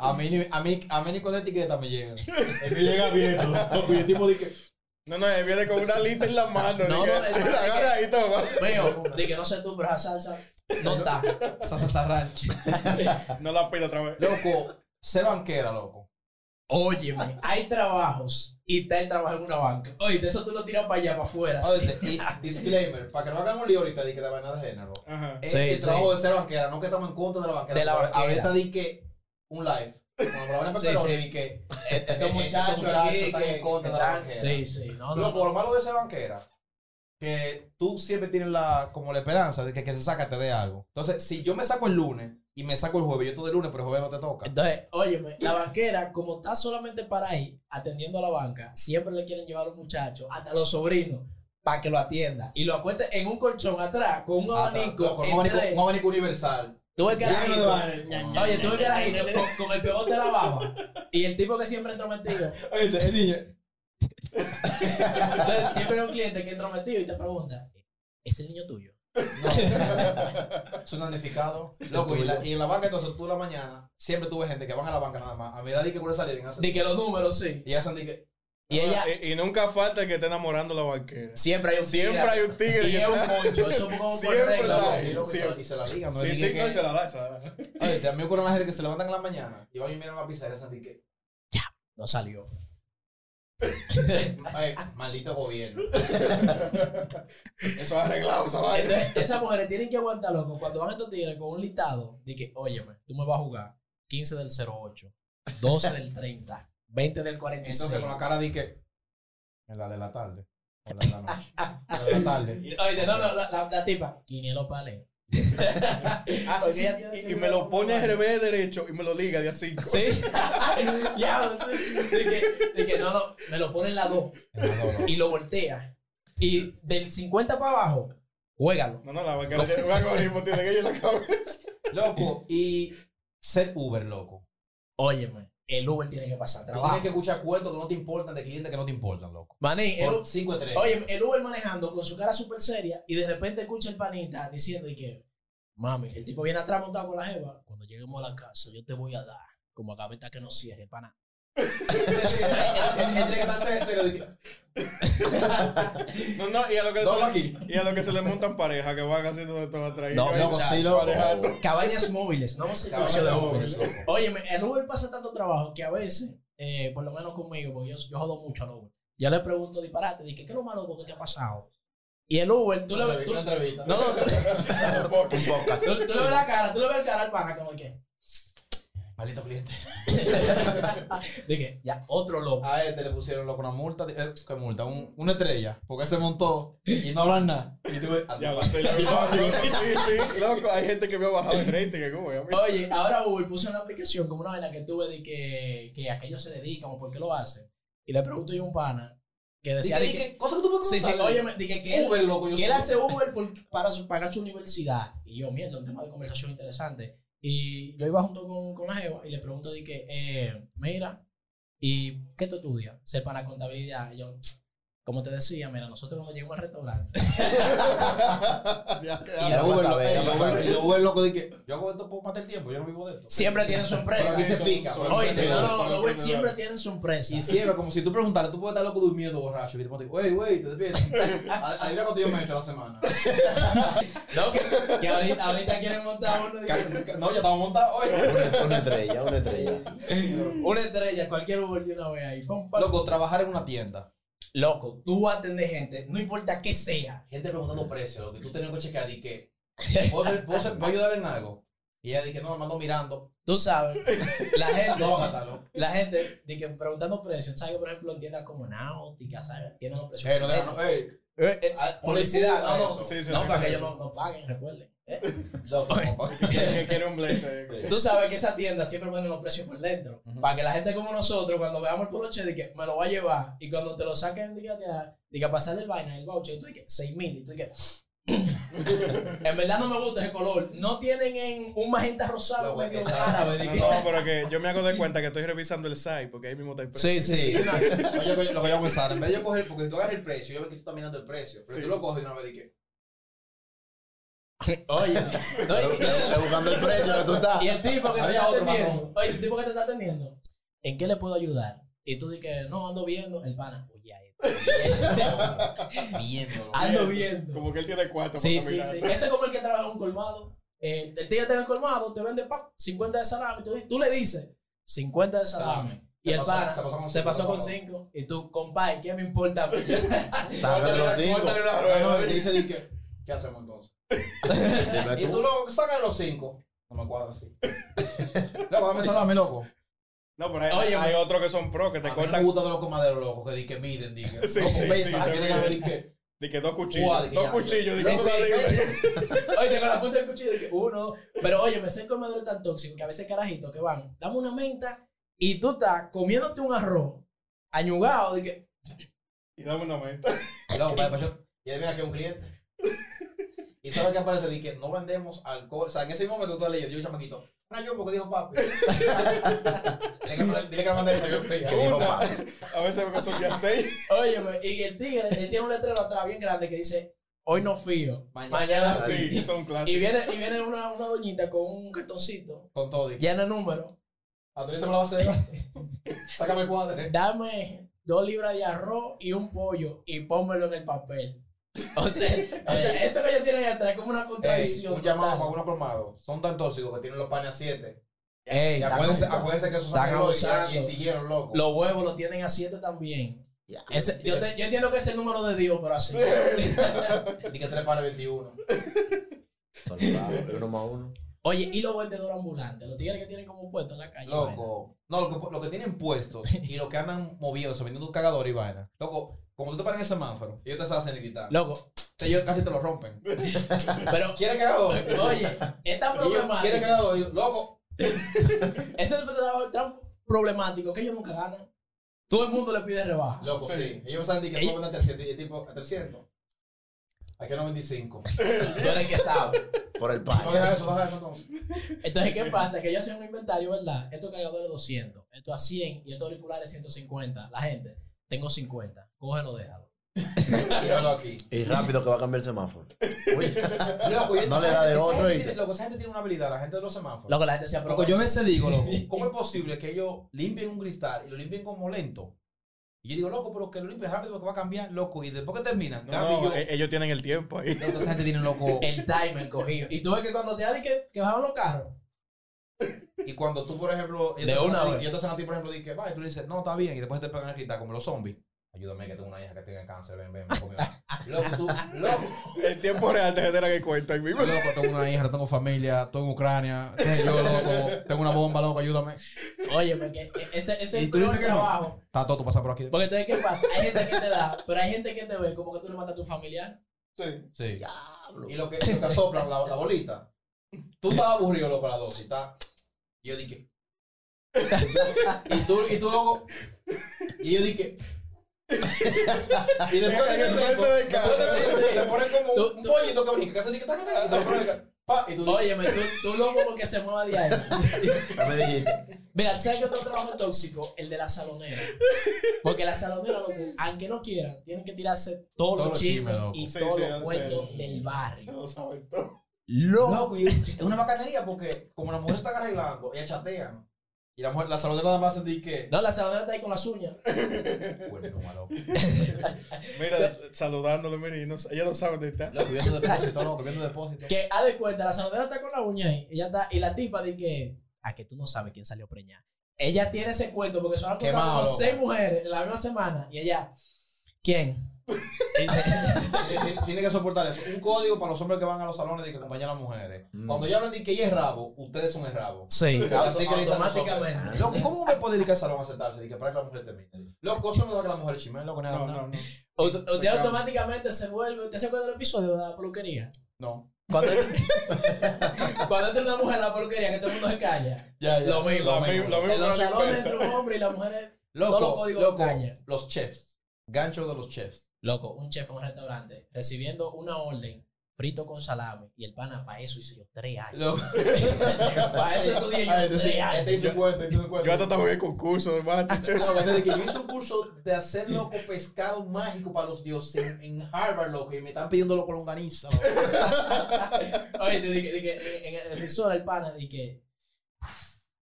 [SPEAKER 1] A mí, ni- a mí, a mí ni con la etiqueta me
[SPEAKER 2] [LAUGHS]
[SPEAKER 1] llegan. El mío llega abierto. loco, Y el tipo dice que.
[SPEAKER 4] No, no, él viene con una lista en la mano.
[SPEAKER 2] No,
[SPEAKER 4] dije,
[SPEAKER 2] no, él-
[SPEAKER 4] "Te [LAUGHS] agarra ahí, toma.
[SPEAKER 2] Veo, de que no sé tú, pero esa salsa no está.
[SPEAKER 1] Salsa sarranchi.
[SPEAKER 4] No la pila otra vez.
[SPEAKER 1] Loco, ser banquera, loco.
[SPEAKER 2] Óyeme, hay trabajos y está el trabajo en una banca. Oye, de eso tú lo tiras para allá, para afuera. así.
[SPEAKER 1] Óyete, y disclaimer, para que no hagan un lío ahorita de que la vaina de género.
[SPEAKER 4] Ajá.
[SPEAKER 1] Es
[SPEAKER 2] Sí,
[SPEAKER 1] Eh, el
[SPEAKER 2] sí.
[SPEAKER 1] trabajo de ser banquera, no que estamos en contra de la banquera.
[SPEAKER 2] De la
[SPEAKER 1] Ahora-
[SPEAKER 2] banquera.
[SPEAKER 1] Ahorita di que un live. Cuando la vaina de
[SPEAKER 2] Sí,
[SPEAKER 1] Pepperoni,
[SPEAKER 2] sí.
[SPEAKER 1] di que
[SPEAKER 2] Estos muchachos este aquí
[SPEAKER 1] Estos muchachos
[SPEAKER 2] que,
[SPEAKER 1] están en contra de la
[SPEAKER 2] están-
[SPEAKER 1] banquera.
[SPEAKER 2] Sí, sí, no, no.
[SPEAKER 1] Loco, lo malo de ser banquera, que tú siempre tienes la, como la esperanza de que, que se saca te dé algo. Entonces, si yo me saco el lunes y me saco el jueves, yo estoy de lunes, pero el jueves no te toca.
[SPEAKER 2] Entonces, óyeme, la banquera, como está solamente para ahí, atendiendo a la banca, siempre le quieren llevar a los muchachos, hasta los sobrinos, para que lo atienda. Y lo acuesten en un colchón atrás, con un
[SPEAKER 1] Hasta-
[SPEAKER 2] abanico.
[SPEAKER 1] loco, un,
[SPEAKER 2] entre-
[SPEAKER 1] abanico un abanico universal.
[SPEAKER 2] Tú el
[SPEAKER 1] Lleno de
[SPEAKER 2] carajito.
[SPEAKER 1] vaina.
[SPEAKER 2] Oye, tú el carajito con, con el pegote de la baba. Y el tipo que siempre entrometido.
[SPEAKER 1] Oye, el niño.
[SPEAKER 2] Entonces, siempre hay un cliente que entrometido y te pregunta, ¿es el niño tuyo?
[SPEAKER 1] No.
[SPEAKER 2] [LAUGHS]
[SPEAKER 1] Son damnificados. Loco, y, la- y en la banca, entonces tú en la mañana, siempre tuve gente que van a la banca nada más. A mi edad di que cuando salieron, hacen-
[SPEAKER 2] De que los números, sí.
[SPEAKER 1] y hacen di que.
[SPEAKER 2] Y ella,
[SPEAKER 4] Y, y nunca falta el que esté enamorando a la banquera.
[SPEAKER 2] siempre hay un
[SPEAKER 4] Siempre
[SPEAKER 2] tigre.
[SPEAKER 4] hay un tigre.
[SPEAKER 2] Y
[SPEAKER 4] que
[SPEAKER 2] es un
[SPEAKER 4] está-
[SPEAKER 2] moncho, eso es como por
[SPEAKER 4] Siempre
[SPEAKER 2] regla.
[SPEAKER 4] está
[SPEAKER 2] ¿no?
[SPEAKER 1] Loco, sí, loco, y se-
[SPEAKER 4] sí.
[SPEAKER 1] y se la digan. No
[SPEAKER 4] Sí,
[SPEAKER 1] es
[SPEAKER 4] sí,
[SPEAKER 1] di
[SPEAKER 4] no,
[SPEAKER 1] que-
[SPEAKER 4] se la da, se la da.
[SPEAKER 1] Oye, a mí me ocurre la gente que se levantan en la mañana y van y miran la pizarra y hacen di que.
[SPEAKER 2] No salió. [LAUGHS]
[SPEAKER 1] Ay,
[SPEAKER 2] [LAUGHS]
[SPEAKER 1] maldito gobierno.
[SPEAKER 4] Eso es arreglado, esa vaina.
[SPEAKER 2] Entonces, esas mujeres tienen que aguantar, loco. Cuando van estos tigres con un listado, de que, óyeme, tú me vas a jugar 15 del 08, 12 del 30, 20 del 46.
[SPEAKER 1] Entonces con la cara di que. En la de la tarde. O la de la
[SPEAKER 2] [LAUGHS]
[SPEAKER 1] noche. La de la tarde.
[SPEAKER 2] Oye, no, no, la, la, la tipa, 500 palés.
[SPEAKER 4] Ah, sí, sí, y, y me lo pone al revés derecho y me lo liga de a cinco.
[SPEAKER 2] Sí. [LAUGHS] ya, sí. de que, de que no, no, me lo pone en la 2
[SPEAKER 1] En la dolor.
[SPEAKER 2] y lo voltea. Y del 50 para abajo, juégalo.
[SPEAKER 4] No, no, la banquera tiene un algoritmo, tiene que ir en la cabeza.
[SPEAKER 1] Loco, y ser Uber, loco.
[SPEAKER 2] Óyeme, el Uber tiene que pasar
[SPEAKER 1] Tú tienes
[SPEAKER 2] trabajo.
[SPEAKER 1] que escuchar cuentos que no te importan de clientes que no te importan, loco.
[SPEAKER 2] Manín, el,
[SPEAKER 1] Por cinco estrellas.
[SPEAKER 2] Oye, el Uber manejando con su cara súper seria y de repente escucha el panita diciendo y que, mami, el tipo viene atrás montado con la jeva. Cuando lleguemos a la casa, yo te voy a dar como a cabeza que no cierre, pana.
[SPEAKER 1] [LAUGHS] Entre que estás en serio, de que-
[SPEAKER 4] No, no, y a lo que,
[SPEAKER 1] Toma
[SPEAKER 4] se,
[SPEAKER 1] aquí.
[SPEAKER 4] le, y a lo que se le montan pareja que van haciendo de todo atrás.
[SPEAKER 2] No,
[SPEAKER 4] Y
[SPEAKER 2] no,
[SPEAKER 4] muchacho,
[SPEAKER 2] sí, loco.
[SPEAKER 4] manejando.
[SPEAKER 2] Cabañas móviles, no se
[SPEAKER 1] Cabañas
[SPEAKER 2] de
[SPEAKER 1] móviles,
[SPEAKER 2] Uber.
[SPEAKER 1] loco.
[SPEAKER 2] Oye, el Uber pasa tanto trabajo que a veces, eh, por lo menos conmigo, porque yo, yo jodo mucho al Uber. Yo le pregunto disparate, dije, ¿qué es lo más loco que te ha pasado? Y el Uber, tú le ves. tú-
[SPEAKER 1] Una
[SPEAKER 2] No,
[SPEAKER 1] entrevista.
[SPEAKER 2] no, tú,
[SPEAKER 4] Un poco.
[SPEAKER 3] Un
[SPEAKER 2] [LAUGHS]
[SPEAKER 3] podcast.
[SPEAKER 2] tú- tú le ves la cara, tú le ves el cara al pana, como que.
[SPEAKER 1] Maldito cliente.
[SPEAKER 2] Dije, ya, otro loco.
[SPEAKER 1] A este le pusieron loco una multa. eh, ¿Qué multa? Un- una estrella. Porque se montó y no hablan nada. Y tú ves.
[SPEAKER 4] Ya va, se
[SPEAKER 1] [LAUGHS]
[SPEAKER 4] le olvidó. Sí, sí, loco, hay gente que me ha bajado el rating. Que como, ya,
[SPEAKER 2] Oye, ahora Uber puso una aplicación como una vaina que tuve de que, que a qué ellos se dedican o por qué lo hacen. Y le pregunto yo a un pana que decía de que.
[SPEAKER 1] Cosa que tú puedes
[SPEAKER 2] Sí, sí,
[SPEAKER 1] preguntarle.
[SPEAKER 2] oye, de que, que él,
[SPEAKER 1] Uber, loco. Yo
[SPEAKER 2] que él
[SPEAKER 1] soy-
[SPEAKER 2] hace Uber por- para su- pagar su universidad. Y yo, mierda, un tema de conversación interesante. Y yo iba junto con, con la Jeva y le pregunto de que, eh, mira, ¿y qué tú estudias? Ser para contabilidad. Y yo, como te decía, mira, nosotros cuando llegamos al restaurante.
[SPEAKER 4] ya,
[SPEAKER 1] Y
[SPEAKER 4] ya.
[SPEAKER 3] Ya
[SPEAKER 1] lo
[SPEAKER 3] lo
[SPEAKER 1] Uber, lo-
[SPEAKER 3] sabe, ya
[SPEAKER 1] y
[SPEAKER 3] lo
[SPEAKER 1] lo Uber-
[SPEAKER 3] sabe.
[SPEAKER 1] y lo Uber loco de que yo hago esto por matar el tiempo, yo no vivo de esto.
[SPEAKER 2] Siempre tienen su
[SPEAKER 1] Pero
[SPEAKER 2] empresa.
[SPEAKER 1] aquí se pica.
[SPEAKER 4] Son-
[SPEAKER 1] pero
[SPEAKER 2] Oye,
[SPEAKER 1] aquí se
[SPEAKER 4] son-
[SPEAKER 2] no, no,
[SPEAKER 1] pica.
[SPEAKER 4] son
[SPEAKER 2] los Uber
[SPEAKER 4] emprendedores.
[SPEAKER 2] siempre tienen su empresa.
[SPEAKER 1] Y siempre, como si tú preguntaras, tú puedes estar loco durmiendo borracho. Y te pones, wey, wey, te despiertas.
[SPEAKER 2] [LAUGHS]
[SPEAKER 1] A- Adivina cuánto yo me he hecho la semana.
[SPEAKER 2] No, que, que ahorita, ahorita quieren montar uno. de-
[SPEAKER 1] No, ya estamos montados hoy.
[SPEAKER 2] [LAUGHS]
[SPEAKER 3] Una, una estrella, una estrella.
[SPEAKER 2] Una estrella, cualquier Uber de una vez ahí. Pum, pam.
[SPEAKER 1] Loco, trabajar en una tienda.
[SPEAKER 2] Loco, tú atendes gente, no importa qué sea.
[SPEAKER 1] Gente preguntando precios, loco. Y tú tenías que chequear, di que, ¿puedo, ser- puedo, ser- ¿puedo ayudar en algo? Y ella dije, no, me ando mirando.
[SPEAKER 2] Tú sabes, [LAUGHS] la gente,
[SPEAKER 1] No va a gastarlo.
[SPEAKER 2] la gente de que preguntando precios, ¿sabes? que, Por ejemplo, en tiendas como Náutica, ¿sabes? Tienen los precios.
[SPEAKER 1] Eh, no,
[SPEAKER 2] completos.
[SPEAKER 1] no, ey.
[SPEAKER 2] Eh, eh,
[SPEAKER 1] Ah,
[SPEAKER 2] publicidad, no,
[SPEAKER 1] ponle punto
[SPEAKER 2] no.
[SPEAKER 1] a
[SPEAKER 4] Sí, sí,
[SPEAKER 2] No, para
[SPEAKER 4] sí.
[SPEAKER 2] que ellos no, no paguen, recuerden. ¿eh? [LAUGHS]
[SPEAKER 4] Que quiere un eh. blazer.
[SPEAKER 2] Tú sabes que esa tienda siempre ponen los precios por dentro.
[SPEAKER 4] Ujú.
[SPEAKER 2] Para que la gente como nosotros, cuando veamos el poloche, diga, me lo va a llevar. Y cuando te lo saquen, diga, diga, diga pasarle el vaina, el voucher, y tú digas, 6 mil. Y tú digas, [LAUGHS] en verdad no me gusta ese color. No tienen en un magenta
[SPEAKER 1] Lo
[SPEAKER 2] rosado,
[SPEAKER 1] voy a
[SPEAKER 2] medio
[SPEAKER 1] pensar.
[SPEAKER 2] árabe.
[SPEAKER 4] No,
[SPEAKER 2] diga.
[SPEAKER 4] no, pero que yo me hago de cuenta que estoy revisando el site porque ahí mismo está el precio.
[SPEAKER 1] Sí, no, yo- yo- lo que yo voy a usar, en vez de yo coger, porque si tú agarras el precio, yo veo que tú estás mirando el precio, pero
[SPEAKER 4] Sí.
[SPEAKER 1] tú lo coges de una vez y que.
[SPEAKER 2] Oye, no, y-
[SPEAKER 3] Está buscando el precio que tú estás.
[SPEAKER 2] Y el tipo que te
[SPEAKER 1] Había
[SPEAKER 2] está
[SPEAKER 1] otro
[SPEAKER 2] atendiendo.
[SPEAKER 1] marrón.
[SPEAKER 2] Oye, el tipo que te está atendiendo. ¿En qué le puedo ayudar? Y tú dices, no, ando viendo. El pana, oye, ahí está.
[SPEAKER 1] [LAUGHS] Viéndolo.
[SPEAKER 2] ando viendo.
[SPEAKER 4] Como que él tiene cuatro.
[SPEAKER 2] Sí,
[SPEAKER 4] para
[SPEAKER 2] sí,
[SPEAKER 4] caminar.
[SPEAKER 2] sí. Eso es como el que trabaja en un colmado. El, el tío está en el colmado, te vende pap, 50 de salami. Tú, tú le dices, 50 de salami. Y
[SPEAKER 1] Se
[SPEAKER 2] el
[SPEAKER 1] pasó-
[SPEAKER 2] pana
[SPEAKER 1] se pasó con
[SPEAKER 2] se
[SPEAKER 1] cinco,
[SPEAKER 2] pasó con
[SPEAKER 1] papá.
[SPEAKER 2] 5. Y tú, compadre, ¿qué me importa?
[SPEAKER 1] [LAUGHS]
[SPEAKER 2] a mí?"
[SPEAKER 3] Sácale los cinco.
[SPEAKER 1] Córtale la rueda
[SPEAKER 4] eh,
[SPEAKER 1] y te dice, di que, ¿qué hacemos entonces?
[SPEAKER 3] Dime
[SPEAKER 1] Y tú
[SPEAKER 3] tú.
[SPEAKER 1] lo sacas los cinco. No me cuadra así. [LAUGHS] Loco, dame salame, loco.
[SPEAKER 4] No, pero hay,
[SPEAKER 2] Oye, Ah,
[SPEAKER 4] hay otros que son pro que
[SPEAKER 1] Te
[SPEAKER 4] te
[SPEAKER 1] a mí no me
[SPEAKER 4] cortan
[SPEAKER 1] gusta de los comaderos, loco, que di que miden, di que.
[SPEAKER 4] Sí,
[SPEAKER 1] no,
[SPEAKER 4] sí,
[SPEAKER 1] pesa,
[SPEAKER 4] sí,
[SPEAKER 1] que
[SPEAKER 4] te
[SPEAKER 1] diga,
[SPEAKER 4] miden.
[SPEAKER 1] di que.
[SPEAKER 4] de que dos
[SPEAKER 1] Guau,
[SPEAKER 4] cuchillos.
[SPEAKER 1] de que
[SPEAKER 4] Dos
[SPEAKER 1] ya.
[SPEAKER 4] cuchillos. de
[SPEAKER 1] Sí,
[SPEAKER 4] que
[SPEAKER 1] sí.
[SPEAKER 2] [LAUGHS]
[SPEAKER 4] salen-
[SPEAKER 2] Oye, con la punta del cuchillo dije, uno, dos. Pero oye, me sé el comedor es tan tóxico que a veces carajitos que van, dame una menta y tú estás comiéndote un arroz añugado. Dije,
[SPEAKER 4] Y dame una menta.
[SPEAKER 1] Loco, para yo. Y ahí viene aquí un cliente. Y sabes que aparece, di que no vendemos alcohol. O sea, en ese momento tú estás leyendo, yo chamaquito. No, yo porque dijo
[SPEAKER 2] [LAUGHS]
[SPEAKER 1] papi. dile que mande- dile que mande esa, yo fría.
[SPEAKER 3] Que dijo,
[SPEAKER 4] Una.
[SPEAKER 3] "Pa".
[SPEAKER 4] A veces me son ya
[SPEAKER 2] [LAUGHS]
[SPEAKER 4] seis.
[SPEAKER 2] óyeme, y el tigre, él tiene un letrero atrás bien grande que dice, hoy no fío,
[SPEAKER 1] Mañana
[SPEAKER 2] mañana, sí.
[SPEAKER 4] Sí,
[SPEAKER 2] [LAUGHS]
[SPEAKER 4] que son
[SPEAKER 2] Y
[SPEAKER 4] clásicos.
[SPEAKER 2] viene, y viene una, una doñita con un cartoncito,
[SPEAKER 1] Con todo, di que.
[SPEAKER 2] llena de números,
[SPEAKER 1] Autoriza la base.
[SPEAKER 2] [LAUGHS]
[SPEAKER 1] Sácame el cuadro.
[SPEAKER 2] dame dos libras de arroz y un pollo y pónmelo en el papel. O sea, o sea, eso que ellos tienen ahí atrás es como una
[SPEAKER 1] Ey,
[SPEAKER 2] contradicción.
[SPEAKER 1] un llamado para
[SPEAKER 2] total.
[SPEAKER 1] uno colmado. Son tan tóxicos que tienen los panes a 7.
[SPEAKER 2] Ey,
[SPEAKER 1] Y acuérdense, acuérdense que esos
[SPEAKER 2] Están
[SPEAKER 1] sacaron los-
[SPEAKER 2] abusando.
[SPEAKER 1] y siguieron loco.
[SPEAKER 2] Los huevos lo tienen a 7 también.
[SPEAKER 3] Ya.
[SPEAKER 2] Ese- yo, te- yo entiendo que es el número de Dios, pero así.
[SPEAKER 1] [LAUGHS] Di que tres panes 21.
[SPEAKER 3] Son los pagos, uno más uno.
[SPEAKER 2] Oye, y los vendedores ambulantes, los tigres que tienen como un puesto en la calle. vaina.
[SPEAKER 1] Loco. No, lo que, lo que tienen [LAUGHS] puestos y lo que andan moviéndose, vendiendo un cagador y vaina. Loco, como tú te paras en ese manfaro, ellos te hacen gritar.
[SPEAKER 2] Loco.
[SPEAKER 1] Te- Ellos casi te lo rompen.
[SPEAKER 2] Pero,
[SPEAKER 1] ¿Quieres cagador? [LAUGHS]
[SPEAKER 2] oye, es tan
[SPEAKER 1] Ellos,
[SPEAKER 2] problemático.
[SPEAKER 1] ¿Quieres cagador? Y yo, Loco.
[SPEAKER 2] Ese es tan- tan problemático que ellos nunca ganan. Todo el mundo le pide rebaja.
[SPEAKER 1] Loco, sí.
[SPEAKER 4] Sí.
[SPEAKER 1] Ellos me saben di que
[SPEAKER 2] Ey.
[SPEAKER 1] tú vendes a 300 y el tipo a 300. Aquí a [LAUGHS] 95.
[SPEAKER 2] Tú eres el que sabe.
[SPEAKER 3] Por el
[SPEAKER 1] No deja
[SPEAKER 3] paño.
[SPEAKER 1] eso, no deja eso. no.
[SPEAKER 2] Entonces, ¿qué pasa? Que yo hacía un inventario, ¿verdad? Estos cargadores 200, estos a 100 y estos auriculares 150. La gente, tengo 50. Cógelo, déjalo.
[SPEAKER 1] Tíralo aquí.
[SPEAKER 3] Y rápido que va a cambiar el semáforo. Uy,
[SPEAKER 1] Loco, yo-
[SPEAKER 3] No le
[SPEAKER 1] esa
[SPEAKER 3] da
[SPEAKER 1] gente-
[SPEAKER 3] de
[SPEAKER 1] esa
[SPEAKER 3] otro,
[SPEAKER 1] gente
[SPEAKER 3] ¿viste?
[SPEAKER 1] tiene- Loco, esa gente tiene una habilidad, la gente de los semáforos.
[SPEAKER 2] Loco, la gente se
[SPEAKER 1] Loco,
[SPEAKER 2] aprovecha.
[SPEAKER 1] yo a veces
[SPEAKER 2] [LAUGHS]
[SPEAKER 1] digo, [LAUGHS] loco, ¿cómo es posible que ellos limpien un cristal y lo limpien como lento? Y yo digo, loco, pero que lo limpien rápido porque va a cambiar, loco. Y después que terminan,
[SPEAKER 4] No,
[SPEAKER 1] cambio
[SPEAKER 4] no,
[SPEAKER 1] yo.
[SPEAKER 4] e- ellos tienen el tiempo ahí.
[SPEAKER 1] Loco, esa gente tiene [LAUGHS] loco.
[SPEAKER 2] el timer cogido. Y tú ves que cuando te dan que, que bajaron los carros.
[SPEAKER 1] Y cuando tú, por ejemplo, ellos
[SPEAKER 2] De
[SPEAKER 1] te hacen
[SPEAKER 2] una
[SPEAKER 1] a ti-
[SPEAKER 2] vez.
[SPEAKER 1] ellos te hacen a ti, por ejemplo, di que va, y tú le dices, no, está bien. Y después te pegan el cristal como los zombies. Ayúdame que tengo una hija que tiene cáncer, ven, ven, [LAUGHS] conmigo. Loco, tú, loco,
[SPEAKER 4] En tiempo real te generan el cuento ahí
[SPEAKER 1] [LAUGHS]
[SPEAKER 4] mismo.
[SPEAKER 1] loco, tengo una hija, no tengo familia, estoy en Ucrania, qué sé yo, loco, tengo una bomba, loco, ayúdame.
[SPEAKER 2] Óyeme, que ese, ese es
[SPEAKER 1] Y
[SPEAKER 2] el
[SPEAKER 1] tú dices
[SPEAKER 2] peor
[SPEAKER 1] que no.
[SPEAKER 2] trabajo.
[SPEAKER 1] Está todo pasa por aquí.
[SPEAKER 2] Porque entonces, ¿qué pasa? Hay gente que te da, pero hay gente que te ve como que tú le mataste a un familiar.
[SPEAKER 4] Sí.
[SPEAKER 1] Sí.
[SPEAKER 3] diablo.
[SPEAKER 1] Y lo que, lo que soplan la, la bolita. Tú estás aburrido, loco, la dosis. Está. Y yo dije. y tú, y tú, loco. Y yo dije. y después de
[SPEAKER 4] En el
[SPEAKER 1] eso,
[SPEAKER 4] resto de
[SPEAKER 1] después de
[SPEAKER 4] casa.
[SPEAKER 1] eso,
[SPEAKER 2] Sí, sí.
[SPEAKER 1] te ponen como
[SPEAKER 2] Tú-
[SPEAKER 1] un
[SPEAKER 2] tú-
[SPEAKER 1] pollito que brinca. Que hace tique, taca, taca, y te ponen- pa, y tú dices,
[SPEAKER 2] Óyeme, tú, tú loco porque se mueva de ahí.
[SPEAKER 3] No me dijiste.
[SPEAKER 2] Mira, ¿sabes qué otro trabajo tóxico? El de la salonera. Porque la salonera, loco, aunque no quieran, tienen que tirarse todos
[SPEAKER 1] Todos
[SPEAKER 2] los
[SPEAKER 1] los chismes,
[SPEAKER 2] chismes
[SPEAKER 1] loco.
[SPEAKER 2] y
[SPEAKER 4] Sí,
[SPEAKER 2] todos
[SPEAKER 4] sí,
[SPEAKER 2] los
[SPEAKER 4] sí.
[SPEAKER 2] cuentos del
[SPEAKER 4] Ya
[SPEAKER 2] barrio.
[SPEAKER 4] lo saben todo.
[SPEAKER 1] Loco, y es una bacanería porque como la mujer está arreglando, ella chatean. Y la mujer, la salud nada más sentí que.
[SPEAKER 2] No, la salonera está ahí con las uñas.
[SPEAKER 1] Bueno, malo.
[SPEAKER 4] Mira, saludándole, mira, y no, ella no sabe dónde está.
[SPEAKER 1] Loco,
[SPEAKER 2] [LAUGHS]
[SPEAKER 1] viendo depósito, loco, viendo depósito.
[SPEAKER 2] Que haz de cuenta, la salonera está con la uña ahí. Ella está, y la tipa de que, a que tú no sabes quién salió preñada. Ella tiene ese cuento porque son
[SPEAKER 1] Quemado,
[SPEAKER 2] como
[SPEAKER 1] loco.
[SPEAKER 2] seis mujeres en la misma semana. Y ella, ¿quién? Y dice, [LAUGHS]
[SPEAKER 1] Tiene- Eh, tiene que soportar eso. Un código para los hombres que van a los salones de que acompañan a las mujeres.
[SPEAKER 3] Mm.
[SPEAKER 1] Cuando ya hablan de que ella es rabo, ustedes son el rabo.
[SPEAKER 2] sí,
[SPEAKER 1] Así que dicen los hombres,
[SPEAKER 2] automáticamente.
[SPEAKER 1] Loco, ¿cómo me puede dedicar al salón a sentarse? Y que para que la mujer termine. Loco, eso no deja que la mujer chisme, loco, nada,
[SPEAKER 4] No,
[SPEAKER 1] nada.
[SPEAKER 4] no, no.
[SPEAKER 2] Ut- Usted
[SPEAKER 4] Se cambia.
[SPEAKER 2] automáticamente se vuelve. ¿Usted se acuerda del episodio de la peluquería?
[SPEAKER 1] No.
[SPEAKER 2] Cuando, cuando entra una mujer en la porquería que todo el mundo se calla.
[SPEAKER 1] Ya, ya.
[SPEAKER 2] Lo mismo.
[SPEAKER 4] Lo
[SPEAKER 2] lo
[SPEAKER 4] mismo,
[SPEAKER 2] mismo.
[SPEAKER 4] lo mismo
[SPEAKER 2] en los
[SPEAKER 4] con la
[SPEAKER 2] salones
[SPEAKER 4] limpieza.
[SPEAKER 2] entre un hombre y la mujer es-
[SPEAKER 1] [LAUGHS] Loco,
[SPEAKER 2] Todos los códigos
[SPEAKER 1] loco,
[SPEAKER 2] de calle.
[SPEAKER 1] los chefs. Gancho de los chefs.
[SPEAKER 2] Loco, un chef en un restaurante recibiendo una orden frito con salami y el pana para eso hice yo tres
[SPEAKER 1] [LAUGHS]
[SPEAKER 2] años. [LAUGHS]
[SPEAKER 1] Loco.
[SPEAKER 2] para eso estudié yo tres
[SPEAKER 1] Este
[SPEAKER 2] años.
[SPEAKER 1] hizo un cuento, este hizo un cuento.
[SPEAKER 4] Yo hasta estaba en el concurso, hermano.
[SPEAKER 1] No, desde que yo hice un curso de hacer loco pescado mágico para los dioses en, en Harvard, loco, y me están pidiendo loco longaniza. loco.
[SPEAKER 2] Oye, de que, de que en el risotto el pana dije,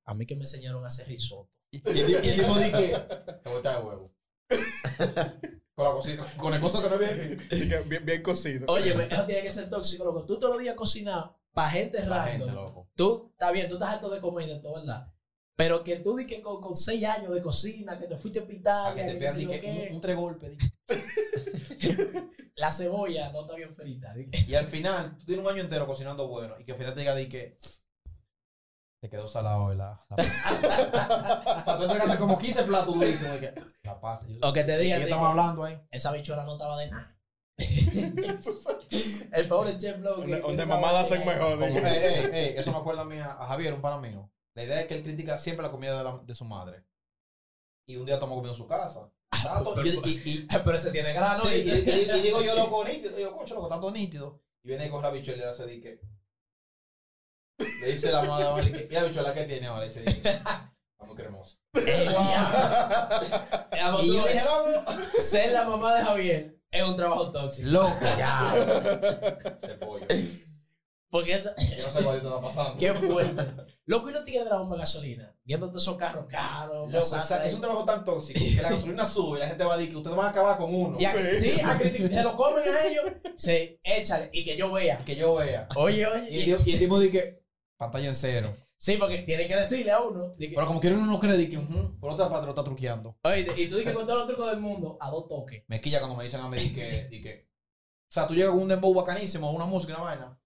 [SPEAKER 2] a mí que me enseñaron a hacer risotto.
[SPEAKER 1] Y el tipo- y el tipo dije, te voy a dar huevo. [LAUGHS] Con la cosita, con el coso que no viene.
[SPEAKER 4] Bien, bien cocido.
[SPEAKER 2] Oye, eso tiene que ser tóxico, loco. Tú todos los días cocinas para gente
[SPEAKER 1] La
[SPEAKER 2] random.
[SPEAKER 1] gente, loco.
[SPEAKER 2] Tú, está bien, tú estás harto de comer y de todo, ¿verdad? Pero que tú di que con, con seis años de cocina, que te fuiste a
[SPEAKER 1] A
[SPEAKER 2] pitar,
[SPEAKER 1] Ah, que
[SPEAKER 2] que,
[SPEAKER 1] te
[SPEAKER 2] qué
[SPEAKER 1] pegan
[SPEAKER 2] sé yo
[SPEAKER 1] di que, un,
[SPEAKER 2] qué.
[SPEAKER 1] un tres golpes. di.
[SPEAKER 2] la cebolla no está bien frita. di que-
[SPEAKER 1] Y al final, tú tienes un año entero cocinando bueno. Y que al final te diga de que. Te quedó salado, ¿verdad? La pasta. [LAUGHS] o sea, tú entregaste como 15 platos durísimos. y que, La pasta. Yo,
[SPEAKER 2] Lo que te
[SPEAKER 1] ¿de
[SPEAKER 2] digan,
[SPEAKER 1] qué
[SPEAKER 2] di
[SPEAKER 1] estamos
[SPEAKER 2] que
[SPEAKER 1] hablando ahí?
[SPEAKER 2] esa bichuela no estaba de
[SPEAKER 1] [LAUGHS]
[SPEAKER 2] nada. el pobre chef loco. que-
[SPEAKER 4] Donde-
[SPEAKER 2] que
[SPEAKER 4] donde
[SPEAKER 2] estaba
[SPEAKER 4] mamada
[SPEAKER 2] de
[SPEAKER 4] hacen
[SPEAKER 2] nada.
[SPEAKER 4] mejor, di
[SPEAKER 1] Como,
[SPEAKER 4] que-
[SPEAKER 1] "Ey, ey, ey", eso me acuerda a mí a, a Javier, un pana mío. La idea es que él critica siempre la comida de, la- de su madre. Y un día estamos comiendo en su casa. Tanto- y- y- y-
[SPEAKER 2] Pero se tiene grano.
[SPEAKER 1] Sí, [LAUGHS]
[SPEAKER 2] ¿viste?
[SPEAKER 1] Ah, y, y- y digo yo loco nítido, yo cocho loco tanto nítido. Y viene con la bichuela y le hace dique. Le dice la madre, madre dique, ¿y la bichuela qué tiene ahora? Y dice, dique, "Está muy cremosa.
[SPEAKER 2] Eh, diablo. Eh, amo,
[SPEAKER 1] Y
[SPEAKER 2] tú
[SPEAKER 1] yo
[SPEAKER 2] ves,
[SPEAKER 1] dije, no,
[SPEAKER 2] ser la mamá de Javier es un trabajo tóxico.
[SPEAKER 1] loco,
[SPEAKER 2] Ya.
[SPEAKER 1] ese pollo.
[SPEAKER 2] [LAUGHS] Porque esa,
[SPEAKER 1] Yo no sé cuál te está pasando.
[SPEAKER 2] Qué fuerte. Loco, y no tiene la bomba de gasolina. Viendo todos esos carros caros.
[SPEAKER 1] Loco,
[SPEAKER 2] pasadas
[SPEAKER 1] esa-
[SPEAKER 2] ahí.
[SPEAKER 1] es un trabajo tan tóxico que la gasolina sube y la gente va a decir que ustedes van a acabar con uno.
[SPEAKER 2] Y a-
[SPEAKER 4] Sí.
[SPEAKER 2] sí, a criticar- se lo comen a ellos. Sí, échale. Y que yo vea.
[SPEAKER 1] Que yo vea.
[SPEAKER 2] Oye,
[SPEAKER 1] Y el,
[SPEAKER 2] oye. y-
[SPEAKER 1] tipo- y el tipo dice, pantalla en cero.
[SPEAKER 2] sí, porque tiene que decirle a uno. de que-
[SPEAKER 1] Pero como quieren uno no cree, dice, "Ujú, por otra parte lo está truqueando.
[SPEAKER 2] oye, y tú dices con todos los trucos del mundo, a dos toques.
[SPEAKER 1] me quilla cuando me dicen a mí que, di que- o sea, tú llegas con un dembow bacanísimo, una música, una vaina,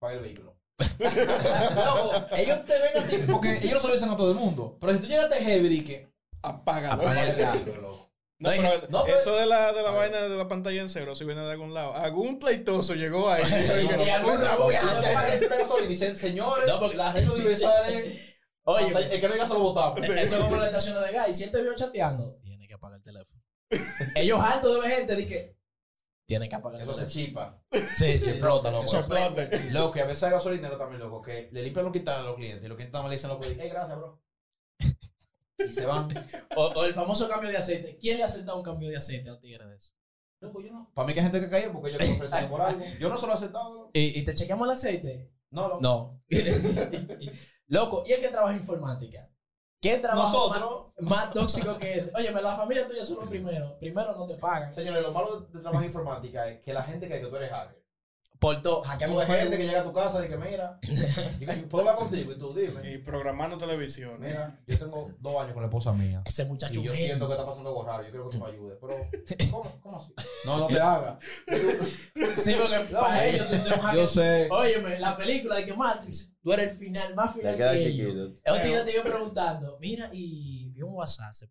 [SPEAKER 1] paga el vehículo. Loco, ellos te ven a ti, porque ellos no se lo dicen a todo el mundo. Pero si tú llegaste heavy, di que,
[SPEAKER 4] Apágalo.
[SPEAKER 1] paga el vehículo, loco.
[SPEAKER 4] No,
[SPEAKER 2] No,
[SPEAKER 4] pero
[SPEAKER 1] no, pero-
[SPEAKER 4] eso de la, de la
[SPEAKER 1] A ver.
[SPEAKER 4] vaina de la pantalla en cero, si viene de algún lado. Algún pleitoso llegó ahí. Dijo
[SPEAKER 2] Y-
[SPEAKER 4] que no.
[SPEAKER 2] y algún
[SPEAKER 4] Otra
[SPEAKER 2] trabuco.
[SPEAKER 4] vez.
[SPEAKER 1] Ya pagué el gasolina y dicen, señores,
[SPEAKER 2] No, porque-
[SPEAKER 1] la regla universal es,
[SPEAKER 2] Oye,
[SPEAKER 1] el que no diga se lo votamos.
[SPEAKER 2] eso es como la estación de gas. Y si él te vio chateando, tiene que apagar el teléfono. Ellos hartos de ver gente, de que tiene que apagar el
[SPEAKER 1] Entonces
[SPEAKER 2] teléfono.
[SPEAKER 1] chipa,
[SPEAKER 2] Sí,
[SPEAKER 1] se
[SPEAKER 2] sí.
[SPEAKER 1] explota, loco.
[SPEAKER 2] Eso-
[SPEAKER 4] Explote.
[SPEAKER 1] Loco, y a veces hay gasolineros también, loco, que le limpian los cristales a los clientes y los clientes también le dicen, loco, di que, hey, gracias, bro. Y se van.
[SPEAKER 2] O, o el famoso cambio de aceite. ¿Quién le ha aceptado un cambio de aceite a un tigre de eso?
[SPEAKER 1] Loco, yo no. Para mí que hay gente que cae porque yo le ofrecen por algo. [LAUGHS] Yo no se lo he aceptado, loco.
[SPEAKER 2] ¿Y, y te chequeamos el aceite?
[SPEAKER 1] No, loco.
[SPEAKER 2] No. [LAUGHS] Loco, ¿y el que trabaja en informática? ¿Qué trabajo más,
[SPEAKER 1] Nosotros,
[SPEAKER 2] más tóxico que ese? Óyeme, la familia tuya son los primeros. Primero no te pagan.
[SPEAKER 1] señores, lo malo de trabajar en informática es que la gente cree que tú eres hacker.
[SPEAKER 2] Por todo,
[SPEAKER 1] Que
[SPEAKER 2] hackeamos
[SPEAKER 1] hay gente
[SPEAKER 2] Facebook.
[SPEAKER 1] que llega a tu casa y que mira, [LAUGHS] digo, ¿puedo hablar contigo? Y tú dime,
[SPEAKER 4] Y programando televisión. ¿eh?
[SPEAKER 1] mira, yo tengo dos años con la esposa mía.
[SPEAKER 2] Ese muchacho
[SPEAKER 1] Y yo
[SPEAKER 2] genio.
[SPEAKER 1] siento que está pasando algo raro, yo quiero que tú me ayudes. [LAUGHS] Pero, ¿cómo, cómo así? No, no te hagas.
[SPEAKER 2] [LAUGHS] Sí, porque
[SPEAKER 1] No,
[SPEAKER 2] para
[SPEAKER 1] hombre.
[SPEAKER 2] ellos tú eres un
[SPEAKER 1] Yo
[SPEAKER 2] hacker.
[SPEAKER 1] sé.
[SPEAKER 2] Óyeme, la película de que Matrix, tú eres el final, más
[SPEAKER 3] Le
[SPEAKER 2] final
[SPEAKER 3] queda
[SPEAKER 2] que ellos.
[SPEAKER 3] chiquito.
[SPEAKER 2] El tigre te iba preguntando, mira, y vi un WhatsApp. se-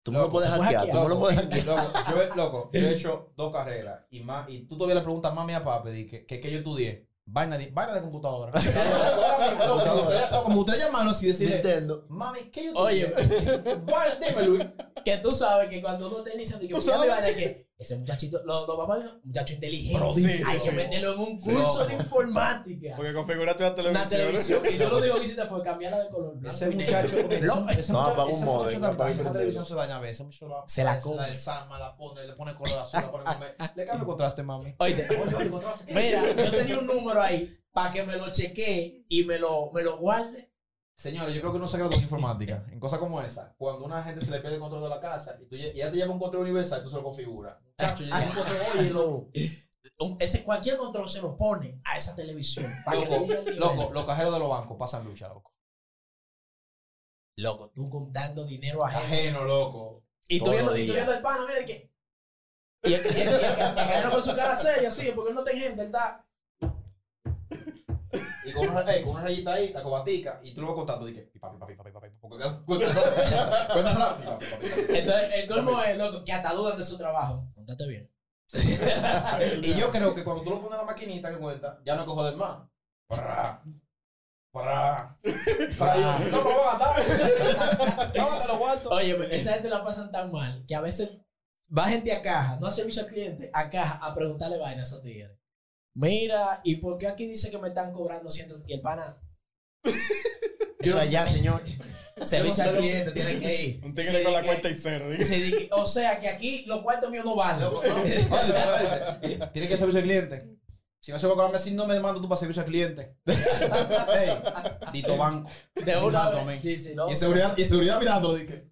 [SPEAKER 3] Tú me lo
[SPEAKER 1] Loco,
[SPEAKER 3] puedes
[SPEAKER 2] se puede
[SPEAKER 3] hackear. Tú me lo
[SPEAKER 1] Loco,
[SPEAKER 3] puedes hackear.
[SPEAKER 1] loco, yo, he- loco, yo he hecho dos carreras y, más, y tú todavía le preguntas a mami y a papi di que, que, que yo estudié. Vaina de, vaina de computadora. [LAUGHS] Computadora. Loco, Como usted llamarnos y decirle,
[SPEAKER 3] Nintendo.
[SPEAKER 1] mami, ¿qué yo
[SPEAKER 2] Oye, [LAUGHS]
[SPEAKER 1] estudié? Bueno, dime, Luis.
[SPEAKER 2] que tú sabes que cuando uno te inician, que
[SPEAKER 4] Tú
[SPEAKER 2] "Mira, mi
[SPEAKER 4] sabes.
[SPEAKER 2] vaina", que ese muchachito, los lo papás dicen, muchacho inteligente,
[SPEAKER 4] Pero sí,
[SPEAKER 2] hay
[SPEAKER 4] sí,
[SPEAKER 2] que
[SPEAKER 4] sí.
[SPEAKER 2] meterlo en un curso de informática.
[SPEAKER 4] Porque configuraste la
[SPEAKER 2] Una
[SPEAKER 4] televisión. ¿eh?
[SPEAKER 2] televisión. Y yo lo único que hiciste fue cambiarla de color blanco.
[SPEAKER 1] pues Ese
[SPEAKER 2] y negro. [LAUGHS]
[SPEAKER 1] muchacho, mira, ese,
[SPEAKER 2] Loco,
[SPEAKER 1] ese
[SPEAKER 3] No,
[SPEAKER 1] muchacho,
[SPEAKER 3] apaga un
[SPEAKER 1] ese
[SPEAKER 3] modem,
[SPEAKER 1] muchacho tan
[SPEAKER 3] apaga
[SPEAKER 1] bajo,
[SPEAKER 3] un
[SPEAKER 1] esa
[SPEAKER 3] modem.
[SPEAKER 1] televisión se daña a veces. Ese muchacho la,
[SPEAKER 2] Se la come.
[SPEAKER 1] La desarma, la pone, le pone color azul, la pone vermela. Le cambia el contraste, mami.
[SPEAKER 2] Oíste,
[SPEAKER 1] Oye, oye, contraste. ¿qué?
[SPEAKER 2] mira, yo tenía un número ahí para que me lo chequee y me lo, me lo guarde.
[SPEAKER 1] Señores, yo creo que uno se graduó en informática. En cosas como esa, cuando a una gente se le pierde el control de la casa y, tú, lle- y ella te lleva un control universal, tú se lo configuras. Muchacho, yo llevo un control, Ah, oye, loco.
[SPEAKER 2] Un- Ese cualquier control se lo pone a esa televisión. Para que le
[SPEAKER 1] Loco,
[SPEAKER 2] llegue el nivel.
[SPEAKER 1] loco, los cajeros de los bancos pasan lucha, loco.
[SPEAKER 2] Loco, tú contando dinero a gente.
[SPEAKER 1] Ajeno, loco.
[SPEAKER 2] Y tú
[SPEAKER 3] Todos
[SPEAKER 2] viendo,
[SPEAKER 3] los
[SPEAKER 2] y tú
[SPEAKER 3] días.
[SPEAKER 2] viendo el pana, mira el que. Y el que y el- y el- y el cajero con su cara seria, sí, porque él no tiene gente, él está.
[SPEAKER 1] Y con una, eh, con una rayita ahí, la cobatica, y tú lo vas contando. Dije, papi, papi, papi, papi, papi. Porque cuenta cuenta rápido. papi, papi, papi.
[SPEAKER 2] Entonces, el colmo es, loco, que hasta dudan de su trabajo. Contate bien.
[SPEAKER 1] y yo creo que cuando tú lo pones en la maquinita que cuenta, ya no cojo del más. Pará. Pará. Pará, yo, No, pero lo voy a gastar. No, te lo guardo.
[SPEAKER 2] Oye, esa gente la pasan tan mal que a veces va gente a caja, no a servicio al cliente, a caja a preguntarle vainas a esos tigres. Mira, ¿y por qué aquí dice que me están cobrando cientos? Y el
[SPEAKER 1] [LAUGHS]
[SPEAKER 2] pana,
[SPEAKER 3] Eso allá, señor.
[SPEAKER 2] servicio
[SPEAKER 1] sé
[SPEAKER 2] al
[SPEAKER 1] lo-
[SPEAKER 2] cliente, tiene que
[SPEAKER 1] [LAUGHS]
[SPEAKER 2] ir.
[SPEAKER 4] Un
[SPEAKER 2] Sí,
[SPEAKER 4] tigre con la
[SPEAKER 2] que-
[SPEAKER 4] cuenta y cero.
[SPEAKER 2] y se di- o sea, que aquí los cuartos míos no valen. [LAUGHS]
[SPEAKER 1] Loco, no. Oye, oye, oye. Tiene que servicio al cliente. Si vas a cobrarme así, no me mando tú para servicio al cliente. Ey, Dito Banco.
[SPEAKER 2] De una
[SPEAKER 1] Mandando, men.
[SPEAKER 2] vez. Sí, sí, no.
[SPEAKER 1] Y seguridad, y seguridad mirándolo, dije.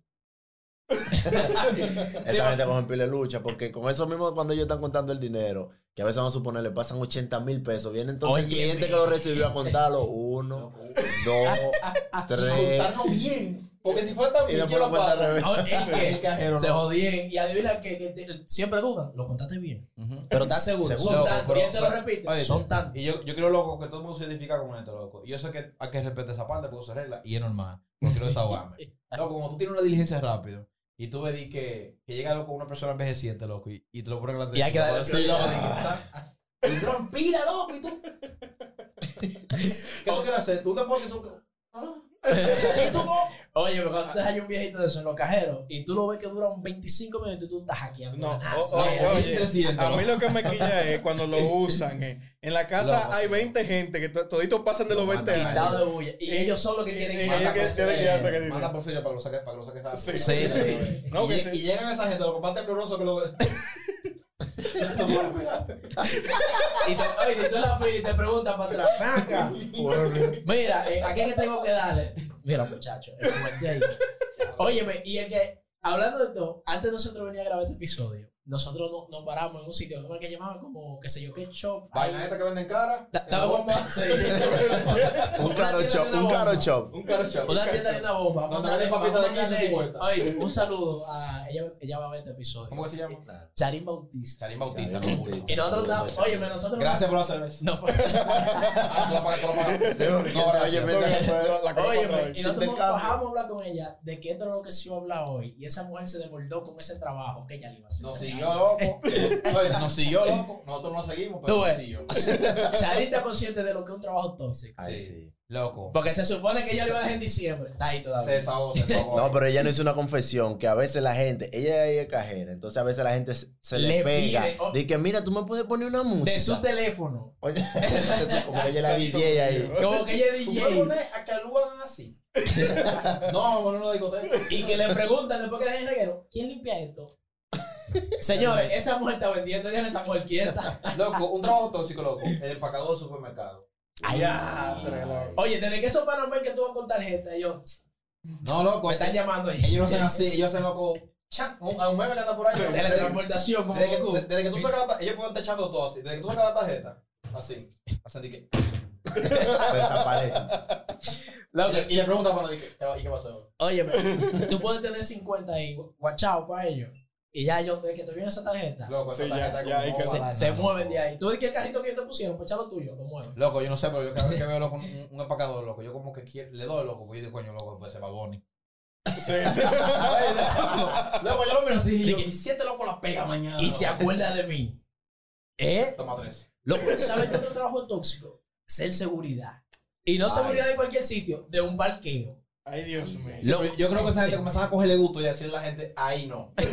[SPEAKER 3] Esta gente coge pile lucha porque con eso mismo cuando ellos están contando el dinero, que a veces vamos a suponer le pasan 80 mil pesos, viene entonces el
[SPEAKER 2] Oye,
[SPEAKER 3] cliente
[SPEAKER 2] men.
[SPEAKER 3] que lo recibió a contarlo. Uno,
[SPEAKER 2] [LAUGHS]
[SPEAKER 3] dos, tres.
[SPEAKER 1] Contarlo bien. Porque si fuera tan
[SPEAKER 3] Y
[SPEAKER 1] bien, yo
[SPEAKER 3] después lo
[SPEAKER 1] lo
[SPEAKER 3] cuenta al
[SPEAKER 1] pago.
[SPEAKER 3] revés.
[SPEAKER 2] [LAUGHS]
[SPEAKER 1] [LAUGHS]
[SPEAKER 2] No, es
[SPEAKER 1] El
[SPEAKER 2] que
[SPEAKER 1] cajero.
[SPEAKER 2] se
[SPEAKER 1] no.
[SPEAKER 2] jodían. Y adivina que, que te- siempre dudan. Lo contaste bien.
[SPEAKER 1] Ujú.
[SPEAKER 2] Pero estás seguro.
[SPEAKER 1] Seguro,
[SPEAKER 2] Son tantos.
[SPEAKER 1] pero-
[SPEAKER 2] Y él se lo
[SPEAKER 1] pero-
[SPEAKER 2] repite.
[SPEAKER 1] oye,
[SPEAKER 2] son tantos.
[SPEAKER 1] Y yo, yo creo, loco, que todo el mundo se identifica con esto, loco. Yo sé que hay que respetar esa parte porque se regla y es normal. No quiero desahogarme.
[SPEAKER 2] [LAUGHS]
[SPEAKER 1] Loco, como tú tienes una diligencia rápido y tú ves di que, que llega loco una persona envejeciente, loco, y, y te lo pones delante.
[SPEAKER 2] Y hay que darle
[SPEAKER 1] Sí, loco, di que
[SPEAKER 2] prioridad.
[SPEAKER 1] está- Y entró en pila, loco, y tú. ¿Qué tú quieres hacer? Tú un depósito. Ah.
[SPEAKER 2] Y tú no. Oye, pero cuando te hay un viejito de eso en los cajeros y tú lo ves que dura un 25 minutos y tú estás hackeando.
[SPEAKER 4] No,
[SPEAKER 2] Ah,
[SPEAKER 4] o-
[SPEAKER 2] sí,
[SPEAKER 4] o-
[SPEAKER 2] ahí
[SPEAKER 4] oye,
[SPEAKER 2] te siento,
[SPEAKER 4] A
[SPEAKER 2] ¿no?
[SPEAKER 4] mí lo que me quilla es cuando
[SPEAKER 2] [LAUGHS]
[SPEAKER 4] lo usan. eh. En la casa
[SPEAKER 1] Loco.
[SPEAKER 4] hay 20 gente que to- toditos pasan de los 20
[SPEAKER 2] Quitado
[SPEAKER 4] años.
[SPEAKER 2] de bulla. Y ellos son los que quieren
[SPEAKER 4] Y- y-
[SPEAKER 2] más
[SPEAKER 4] y-
[SPEAKER 2] sacarse
[SPEAKER 4] tienen
[SPEAKER 2] de-
[SPEAKER 4] que hacer-
[SPEAKER 1] Eh, Manda por para que lo saques para que lo saques rápido. eh,
[SPEAKER 2] Sí,
[SPEAKER 4] Sí.
[SPEAKER 2] sí.
[SPEAKER 4] No,
[SPEAKER 1] y,
[SPEAKER 4] que
[SPEAKER 1] lle-
[SPEAKER 4] sí.
[SPEAKER 1] y llegan esa gente, lo comparte glorioso que lo. Lo voy a mirar.
[SPEAKER 2] Y te, oye, y tú en la fila y te preguntan para atrás. "Ven acá, Mira, eh, ¿a qué es que tengo que darle? Mira, muchacho, el fuerte ahí. Óyeme, y el que, hablando de todo, antes nosotros venía a grabar este episodio, nosotros no- nos paramos en un sitio, ¿cómo es que llamaban? Como, qué sé yo, qué shop.
[SPEAKER 1] Vaina esta que venden cara.
[SPEAKER 2] Ta- ta-
[SPEAKER 1] en la
[SPEAKER 4] [LAUGHS]
[SPEAKER 2] [LAUGHS]
[SPEAKER 1] bomba.
[SPEAKER 2] sí.
[SPEAKER 3] Un
[SPEAKER 2] Una
[SPEAKER 3] caro
[SPEAKER 2] tienda
[SPEAKER 3] chop,
[SPEAKER 2] de una
[SPEAKER 3] un caro
[SPEAKER 2] bomba.
[SPEAKER 3] chop.
[SPEAKER 1] Un caro chavo.
[SPEAKER 2] Una tienda de Pues una bomba. Vamos
[SPEAKER 1] Donde
[SPEAKER 2] a darle
[SPEAKER 1] venden papitas
[SPEAKER 2] vamos
[SPEAKER 1] de
[SPEAKER 2] a
[SPEAKER 1] 15 y
[SPEAKER 2] darle-
[SPEAKER 1] 50.
[SPEAKER 2] Oye, un saludo a ella, ella va a ver este episodio.
[SPEAKER 1] ¿Cómo que se llama?
[SPEAKER 2] Charín Bautista.
[SPEAKER 1] Karim Bautista.
[SPEAKER 3] Karim
[SPEAKER 1] no,
[SPEAKER 3] Bautista.
[SPEAKER 2] Y nosotros estábamos, oye, nosotros.
[SPEAKER 1] Gracias por la cerveza. [LAUGHS]
[SPEAKER 2] No fue.
[SPEAKER 1] Ah, tú la pagas, tú la pagas.
[SPEAKER 3] Sí, porque
[SPEAKER 1] No,
[SPEAKER 3] oye,
[SPEAKER 1] gracias.
[SPEAKER 3] me-
[SPEAKER 4] [LAUGHS]
[SPEAKER 2] Oye, y
[SPEAKER 4] Oye,
[SPEAKER 2] nosotros nos
[SPEAKER 3] Intercambio.
[SPEAKER 2] bajamos a hablar con ella de que esto es lo que se iba a hablar hoy. Y esa mujer se desbordó con ese trabajo que ella le iba a hacer.
[SPEAKER 1] Nos siguió loco. Oye, Nos siguió loco. Nosotros no la seguimos, pero
[SPEAKER 2] Tú
[SPEAKER 1] nos
[SPEAKER 2] ves.
[SPEAKER 1] siguió.
[SPEAKER 2] Charín está consciente de lo que es un trabajo tóxico.
[SPEAKER 3] Ay,
[SPEAKER 1] Sí.
[SPEAKER 3] sí.
[SPEAKER 1] Loco.
[SPEAKER 2] Porque se supone que ella lo iba a dejar en diciembre. Está ahí
[SPEAKER 1] Se
[SPEAKER 2] todavía.
[SPEAKER 1] desahogó, se
[SPEAKER 2] [LAUGHS]
[SPEAKER 1] desahogó.
[SPEAKER 3] No, pero ella no hizo una confesión que a veces la gente, ella ahí es cajera, entonces a veces la gente se, se le,
[SPEAKER 2] Le
[SPEAKER 3] pega.
[SPEAKER 2] pide, oh.
[SPEAKER 3] de que mira, tú me puedes poner una música.
[SPEAKER 2] De su teléfono. [LAUGHS]
[SPEAKER 3] Oye, [LAUGHS] entonces, como que ella la DJ ahí.
[SPEAKER 2] Como que ella es
[SPEAKER 1] ¿Tú puedes
[SPEAKER 2] DJ.
[SPEAKER 1] poner a que lo hagan así? [LAUGHS] No, vamos a una discoteca.
[SPEAKER 2] Y que le preguntan después que dejen el reguero, ¿quién limpia [LAUGHS] esto? Señores, esa mujer está vendiendo, ella esa mujer quieta.
[SPEAKER 1] Loco, un trabajo tóxico, loco. El empacador del supermercado.
[SPEAKER 2] Ay. Oye, desde que esos panos ven que tú vas con tarjeta, ellos
[SPEAKER 1] No, loco.
[SPEAKER 2] me están llamando ahí.
[SPEAKER 1] Ellos no hacen así, ellos hacen loco. chan, un- A un meme que anda por ahí.
[SPEAKER 2] De la transportación, como
[SPEAKER 1] Desde que,
[SPEAKER 2] Goku.
[SPEAKER 1] desde que tú sacas la tarjeta, ellos pueden estar echando todo así. Desde que tú sacas la tarjeta, así. Así de que.
[SPEAKER 3] Desaparece.
[SPEAKER 1] Y le, y le pregunta para de que, ¿y qué pasó?
[SPEAKER 2] Óyeme, tú puedes tener 50 ahí, guachao para ellos. Y ya ellos, desde que te viene esa tarjeta,
[SPEAKER 1] Loco, esa
[SPEAKER 4] Sí, ya-
[SPEAKER 1] tarjeta
[SPEAKER 4] ya hay
[SPEAKER 1] como
[SPEAKER 4] que-
[SPEAKER 1] no va a
[SPEAKER 2] se,
[SPEAKER 1] dar
[SPEAKER 2] se
[SPEAKER 1] nada,
[SPEAKER 2] mueven
[SPEAKER 1] loco.
[SPEAKER 2] de ahí. Tú ves que el carrito que ellos te pusieron, pues echa lo tuyo, lo mueven.
[SPEAKER 1] Loco, yo no sé, pero yo cada vez que veo loco, un, un empacador, loco, yo como que quiero, le doy loco, porque yo digo, coño, loco, pues se va Bonnie. Loco, yo lo miro así y yo, y siete loco la pega mañana.
[SPEAKER 2] Y
[SPEAKER 1] loco.
[SPEAKER 2] se acuerda de mí. ¿Eh?
[SPEAKER 1] Toma tres.
[SPEAKER 2] Loco, [LAUGHS] ¿sabes qué otro trabajo tóxico? Ser seguridad. Y no
[SPEAKER 1] Ay.
[SPEAKER 2] seguridad de cualquier sitio, de un parqueo.
[SPEAKER 4] Ay, Dios mío.
[SPEAKER 2] Loco,
[SPEAKER 1] Yo creo que esa gente comenzaba a cogerle gusto y a decirle a la gente, ahí no,
[SPEAKER 3] Ay,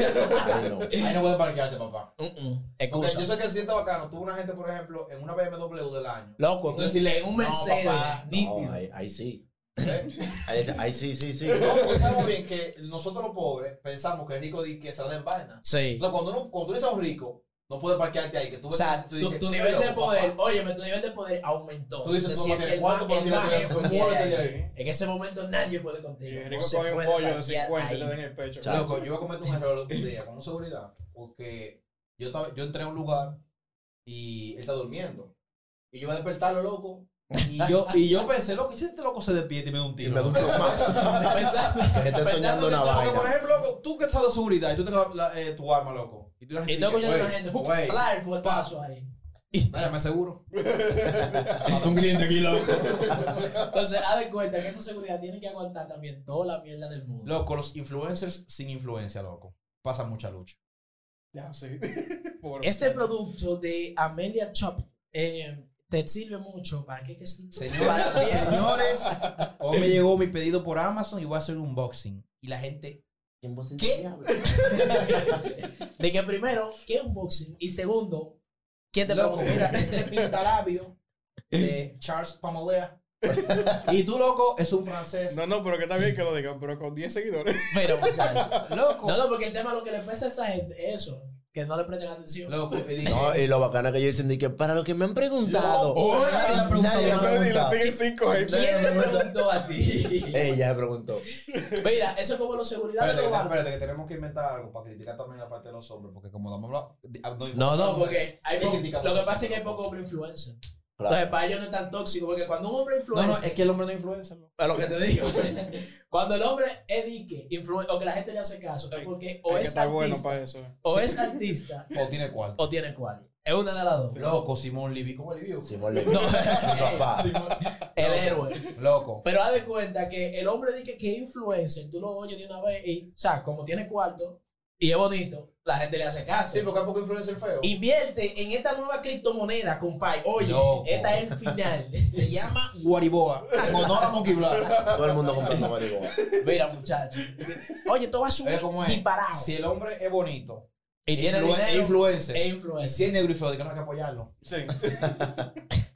[SPEAKER 3] no.
[SPEAKER 1] ahí no puedes parquearte, papá.
[SPEAKER 2] Mm, mm,
[SPEAKER 1] Porque
[SPEAKER 2] excusa.
[SPEAKER 1] yo sé que se siente bacano, tuvo una gente, por ejemplo, en una BMW del año.
[SPEAKER 2] Loco,
[SPEAKER 1] Entonces, si le-
[SPEAKER 2] en un
[SPEAKER 1] no,
[SPEAKER 2] Mercedes,
[SPEAKER 1] papá,
[SPEAKER 2] nítido.
[SPEAKER 3] No, ahí, ahí sí.
[SPEAKER 1] ¿eh? [LAUGHS]
[SPEAKER 3] Ahí, dice, ahí sí, sí, sí.
[SPEAKER 1] No,
[SPEAKER 2] [LAUGHS]
[SPEAKER 1] porque sabemos bien que nosotros los pobres pensamos que es rico di que se la den vaina.
[SPEAKER 2] Sí.
[SPEAKER 1] Entonces, cuando, uno, cuando tú eres un rico, no puedes parquearte ahí. Que tú,
[SPEAKER 2] O sea,
[SPEAKER 1] tú
[SPEAKER 2] tu,
[SPEAKER 1] dices,
[SPEAKER 2] tu
[SPEAKER 1] "Oye,
[SPEAKER 2] nivel de
[SPEAKER 1] loco,
[SPEAKER 2] poder,
[SPEAKER 1] papá".
[SPEAKER 2] óyeme, tu nivel de poder aumentó.
[SPEAKER 1] Tú dices,
[SPEAKER 2] Te
[SPEAKER 1] tú no
[SPEAKER 2] sientes
[SPEAKER 1] tienes
[SPEAKER 2] el
[SPEAKER 1] cuarto, pero
[SPEAKER 2] más- el
[SPEAKER 1] tienes
[SPEAKER 2] más
[SPEAKER 1] que
[SPEAKER 2] jefe que
[SPEAKER 1] muérete
[SPEAKER 2] hay.
[SPEAKER 1] de ahí.
[SPEAKER 2] En ese momento nadie puede contigo.
[SPEAKER 4] Y
[SPEAKER 2] No
[SPEAKER 4] Rico
[SPEAKER 2] se
[SPEAKER 4] coge un
[SPEAKER 2] puede
[SPEAKER 4] pollo de
[SPEAKER 2] parquear
[SPEAKER 4] 50 y le
[SPEAKER 2] [LAUGHS] ahí.
[SPEAKER 4] den el pecho.
[SPEAKER 3] Chao.
[SPEAKER 1] Loco, yo iba a cometer [LAUGHS] un error un día con seguridad. Porque yo, estaba, yo entré a un lugar y él está durmiendo. Y yo iba a despertarlo, loco. Y yo, y yo pensé, loco, ¿y si este loco se despierta y me da un
[SPEAKER 3] Y
[SPEAKER 1] tiro?
[SPEAKER 3] me da un plomazo.
[SPEAKER 2] Pensando-
[SPEAKER 1] [LAUGHS]
[SPEAKER 3] Que esté soñando
[SPEAKER 2] pensando que
[SPEAKER 3] una
[SPEAKER 2] tú-
[SPEAKER 1] Porque,
[SPEAKER 3] vaina.
[SPEAKER 1] por ejemplo, loco, tú que estás de seguridad y tú tengas la- la- eh, tu arma, loco. Y tú la
[SPEAKER 2] Y estoy escuchando a la gente.
[SPEAKER 1] "Wey,
[SPEAKER 2] Fly fue el paso ahí.
[SPEAKER 1] Vaya, me seguro. Mató un cliente aquí, loco.
[SPEAKER 2] Entonces, haz de cuenta que esa seguridad tiene que aguantar también toda la mierda del mundo.
[SPEAKER 1] Loco, los influencers sin influencia, loco. Pasan mucha lucha.
[SPEAKER 4] Ya, sí. [LAUGHS] Pobre
[SPEAKER 2] Este
[SPEAKER 4] muchacho.
[SPEAKER 2] producto de Amelia Chop eh, te sirve mucho para que, que sí? Para-
[SPEAKER 1] Señores, señores, hoy me llegó mi pedido por Amazon y voy a hacer un unboxing. Y la gente,
[SPEAKER 3] ¿Quién vos
[SPEAKER 1] ¿Qué?
[SPEAKER 3] diablo?
[SPEAKER 2] [LAUGHS] de que primero, ¿qué unboxing? Y segundo, ¿quién te lo
[SPEAKER 1] loco, mira,
[SPEAKER 2] compra?
[SPEAKER 1] este pintalabio de Charles Pamalea. Y tú, loco, es un francés.
[SPEAKER 4] No, no, pero que está bien que lo digan, pero con 10 seguidores.
[SPEAKER 2] Pero, muchachos.
[SPEAKER 1] Loco.
[SPEAKER 2] No, no, porque el tema lo que le pesa a esa gente es eso, que no le presten atención.
[SPEAKER 1] Loco, y dice,
[SPEAKER 3] No, y lo bacana que yo dicen de que para lo que me han preguntado.
[SPEAKER 1] Loco,
[SPEAKER 3] Nadie-
[SPEAKER 1] nadie me ha preguntado.
[SPEAKER 3] nadie me ha
[SPEAKER 4] Eso, [LAUGHS] y lo
[SPEAKER 3] preguntado.
[SPEAKER 4] siguen 5 gente.
[SPEAKER 2] ¿Quién me
[SPEAKER 1] este-
[SPEAKER 2] preguntó a
[SPEAKER 1] [LAUGHS]
[SPEAKER 2] ti?
[SPEAKER 3] Ella me preguntó.
[SPEAKER 2] Mira, eso es como los seguridad de
[SPEAKER 1] Espérate,
[SPEAKER 2] los
[SPEAKER 1] que,
[SPEAKER 2] bancos.
[SPEAKER 1] espérate, que tenemos que inventar algo para criticar también la parte de los hombres, porque como damos
[SPEAKER 2] No, no, porque hay
[SPEAKER 1] Hay
[SPEAKER 2] po-
[SPEAKER 1] crítica
[SPEAKER 2] lo que
[SPEAKER 1] por
[SPEAKER 2] pasa
[SPEAKER 1] eso.
[SPEAKER 2] es que hay pocos hombres influencers.
[SPEAKER 3] Claro.
[SPEAKER 2] Entonces, para ellos no es tan tóxico, porque cuando un hombre
[SPEAKER 1] No,
[SPEAKER 2] influencer.
[SPEAKER 1] no, es que el hombre no influencia. loco.
[SPEAKER 2] Es lo que te digo. [LAUGHS] Cuando el hombre edique, influen- o que la gente le hace caso, es porque o
[SPEAKER 4] Hay que
[SPEAKER 2] es artista,
[SPEAKER 4] estar bueno para eso. eh.
[SPEAKER 2] o es artista,
[SPEAKER 1] O tiene cuarto.
[SPEAKER 2] o tiene cual. Es una de las dos.
[SPEAKER 1] Loco, Simón Libby. ¿Cómo Libby?
[SPEAKER 3] Simón le
[SPEAKER 2] No,
[SPEAKER 3] papá.
[SPEAKER 2] Simón, el héroe.
[SPEAKER 1] Loco.
[SPEAKER 2] Pero haz de cuenta que el hombre dice que es influencer, tú lo oyes de una vez y, o sea, como tiene cuarto y es bonito, la gente le hace caso.
[SPEAKER 1] Sí, porque hay poco influencer feo.
[SPEAKER 2] Invierte en esta nueva criptomoneda, compadre. Oye,
[SPEAKER 1] Loco.
[SPEAKER 2] esta es el final.
[SPEAKER 1] [LAUGHS] Se llama Guariboa. En honor a Monkey Black.
[SPEAKER 3] Todo el mundo comprando marihuana.
[SPEAKER 2] Mira, muchachos. Oye, esto va a subir
[SPEAKER 1] Oye, ¿cómo es?
[SPEAKER 2] disparado.
[SPEAKER 1] Si el hombre es bonito,
[SPEAKER 2] y tiene
[SPEAKER 1] influ- es
[SPEAKER 2] dinero,
[SPEAKER 1] influencer.
[SPEAKER 2] es
[SPEAKER 1] Y
[SPEAKER 2] influencer.
[SPEAKER 1] si es Pues negro y feo, de que no hay que apoyarlo.
[SPEAKER 4] Sí.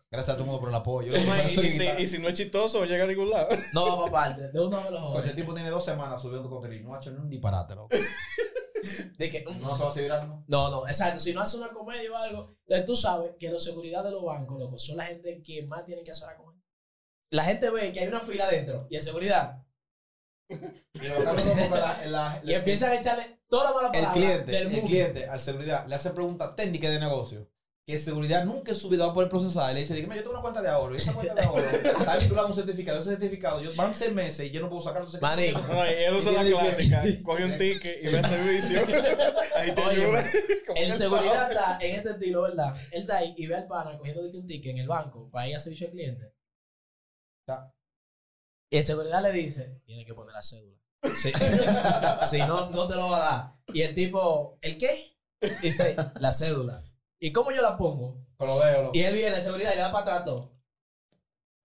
[SPEAKER 1] Gracias a todo el mundo por el [LAUGHS] apoyo. Loco, por eso
[SPEAKER 4] Y,
[SPEAKER 1] es
[SPEAKER 4] y si,
[SPEAKER 1] que-
[SPEAKER 4] y si no es chistoso, llega a ningún lado.
[SPEAKER 2] No vamos aparte, de uno de los
[SPEAKER 1] Porque Pues el
[SPEAKER 2] otros.
[SPEAKER 1] tipo tiene dos semanas subiendo contenido. No ha hecho ni un disparate, loco.
[SPEAKER 2] De que, mm,
[SPEAKER 1] No se va a seguir algo.
[SPEAKER 2] no, no, exacto. Si no hace una comedia o algo, entonces tú sabes que la seguridad de los bancos, loco, son la gente que más tienen que hacer la comedia. La gente ve que hay una fila adentro y en seguridad.
[SPEAKER 1] Y lo bacano, loco, que la- [LAUGHS] la-
[SPEAKER 2] Y empiezan a echarle toda la mala
[SPEAKER 1] el
[SPEAKER 2] palabra
[SPEAKER 1] cliente,
[SPEAKER 2] del
[SPEAKER 1] el
[SPEAKER 2] mundo.
[SPEAKER 1] cliente al seguridad le hace preguntas técnicas de negocio que seguridad nunca es subido por el procesado. Y le dice, dime, yo tengo una cuenta de ahorro y esa cuenta de [LAUGHS] ahorro está vinculada a un certificado. Ese certificado, yo, van seis meses y yo no puedo sacar los certificados.
[SPEAKER 2] Manín.
[SPEAKER 4] No, y él usa la
[SPEAKER 1] Y tiene
[SPEAKER 4] clásica.
[SPEAKER 1] que-
[SPEAKER 4] Coge un ticket y
[SPEAKER 1] Sí.
[SPEAKER 4] ve a servicio. Ahí te
[SPEAKER 2] Oye,
[SPEAKER 4] ayuda. [LAUGHS] Como
[SPEAKER 2] El
[SPEAKER 4] él
[SPEAKER 2] seguridad
[SPEAKER 4] sabe.
[SPEAKER 2] está en este estilo, ¿verdad? Él está ahí y ve al pana cogiendo de que un ticket en el banco para ir a servicio al cliente.
[SPEAKER 1] Está.
[SPEAKER 2] Y el seguridad le dice, tiene que poner la cédula. [LAUGHS] Sí. si no, no te lo va a dar. Y el tipo, ¿el qué? Dice, la cédula. ¿Y cómo yo la pongo?
[SPEAKER 1] Pero lo veo,
[SPEAKER 2] Y él viene, el seguridad, y le da para atrás todo.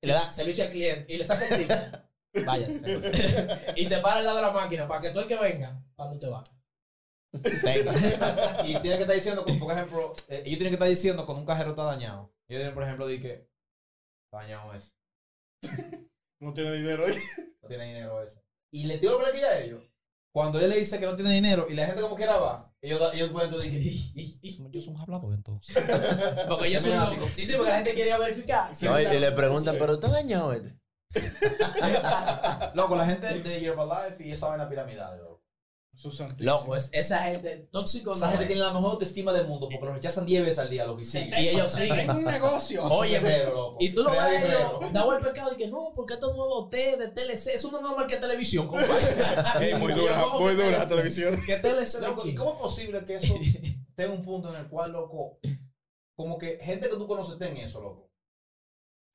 [SPEAKER 2] Y le da servicio al cliente y le saca el ticket. Váyase. [LAUGHS] y se para al lado de la máquina para que todo el que venga, cuando te va. Venga. [LAUGHS]
[SPEAKER 1] loco. Y tiene que estar diciendo, como, por ejemplo, eh, ellos tienen que estar diciendo cuando un cajero está dañado. Ellos tienen, por ejemplo, di que está dañado eso,
[SPEAKER 4] No tiene dinero.
[SPEAKER 1] no tiene dinero eso. Y le tiro la plaquilla a ellos. Cuando él le dice que no tiene dinero y la gente como quiera va, ellos, da- ellos pueden decir, yo soy un hablador entonces.
[SPEAKER 2] Porque yo soy loco. Sí, sí, porque la gente quería verificar.
[SPEAKER 3] No, y, y le
[SPEAKER 2] Sí.
[SPEAKER 3] preguntan, pero está dañado este.
[SPEAKER 1] [LAUGHS] Loco, la gente de Yerba Life y esa vaina piramidal, loco.
[SPEAKER 4] Susan.
[SPEAKER 2] Loco, es- esa gente tóxico.
[SPEAKER 1] Esa
[SPEAKER 2] no
[SPEAKER 1] gente
[SPEAKER 2] es.
[SPEAKER 1] tiene la mejor autoestima del mundo porque lo rechazan 10 veces al día, lo que sigue.
[SPEAKER 2] Y [LAUGHS] ellos siguen.
[SPEAKER 4] un negocio.
[SPEAKER 2] eh. Oye,
[SPEAKER 1] Guerrero, loco.
[SPEAKER 2] Y tú lo ves
[SPEAKER 1] Real
[SPEAKER 2] a
[SPEAKER 1] guerrero.
[SPEAKER 2] ellos, da el pecado y que no, porque esto es nuevo T de TLC, eso no es normal que televisión, compadre.
[SPEAKER 4] [LAUGHS] Ey, muy
[SPEAKER 2] Yo,
[SPEAKER 4] dura,
[SPEAKER 2] ¿cómo
[SPEAKER 4] muy
[SPEAKER 2] que
[SPEAKER 4] dura la
[SPEAKER 2] TLC?
[SPEAKER 4] televisión.
[SPEAKER 2] ¿Qué TLC de
[SPEAKER 1] Loco, ¿y
[SPEAKER 2] aquí?
[SPEAKER 1] cómo es posible
[SPEAKER 2] [LAUGHS]
[SPEAKER 1] que eso tenga un punto en el cual, loco, como que gente que tú conoces esté en eso, loco?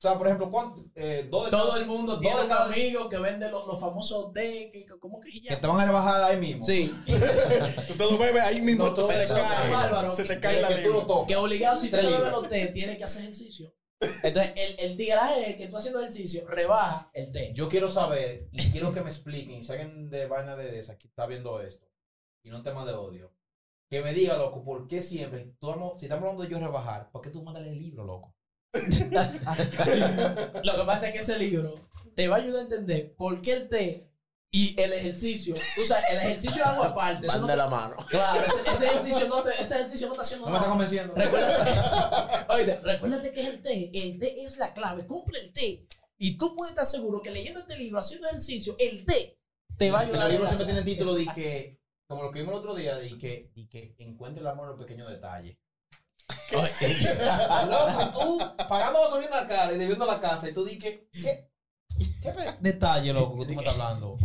[SPEAKER 1] O sea, por ejemplo, ¿cuánto, eh, dos de
[SPEAKER 2] Todo
[SPEAKER 1] cada-
[SPEAKER 2] el mundo
[SPEAKER 1] todo
[SPEAKER 2] tiene un
[SPEAKER 1] cada-
[SPEAKER 2] amigo que vende los, los famosos T, que, que- ¿cómo que se
[SPEAKER 1] que
[SPEAKER 2] llama?
[SPEAKER 1] te van a rebajar ahí mismo.
[SPEAKER 2] Sí,
[SPEAKER 4] Tú te lo bebes ahí mismo.
[SPEAKER 1] No, todo
[SPEAKER 4] se te
[SPEAKER 1] eso
[SPEAKER 4] cae.
[SPEAKER 1] es
[SPEAKER 2] bárbaro.
[SPEAKER 4] se te
[SPEAKER 1] Que,
[SPEAKER 4] cae la
[SPEAKER 1] que tú lo
[SPEAKER 4] lengua.
[SPEAKER 1] tocas.
[SPEAKER 2] que obligado si tú
[SPEAKER 1] Tres
[SPEAKER 2] no bebes
[SPEAKER 1] libras.
[SPEAKER 2] los té, tiene que hacer ejercicio. Entonces, el, el tigreaje es que tú haciendo ejercicio rebaja el té.
[SPEAKER 1] Yo quiero saber y quiero que me expliquen, si alguien de vaina de de esa que está viendo esto y no un tema de odio, que me diga, loco, ¿por qué siempre, si tú vamos- si estamos hablando de yo rebajar, ¿por qué tú mandas el libro, loco?
[SPEAKER 2] Lo que pasa es que ese libro te va a ayudar a entender por qué el té y el ejercicio. Tú sabes, el ejercicio es algo aparte. Eso no
[SPEAKER 3] Manda
[SPEAKER 2] te-
[SPEAKER 3] la mano.
[SPEAKER 2] claro, ese, ese ejercicio no te, ese ejercicio no está haciendo
[SPEAKER 1] No me está
[SPEAKER 2] nada.
[SPEAKER 1] convenciendo.
[SPEAKER 2] Recuérdate, oíste, recuérdate que es el té. El té es la clave. Cumple el té. Y tú puedes estar seguro que leyendo este libro, haciendo ejercicio, el té te va a ayudar.
[SPEAKER 1] Los libros
[SPEAKER 2] a
[SPEAKER 1] siempre tienen título de que, como lo que vimos el otro día, de que, de que encuentre el amor en los pequeños detalles.
[SPEAKER 2] [LAUGHS]
[SPEAKER 1] [LAUGHS] Loco, tú pagando gasolina la cara y debiendo la casa y tú di que, ¿qué? ¿Qué pe- detalle, loco, que tú me estás hablando?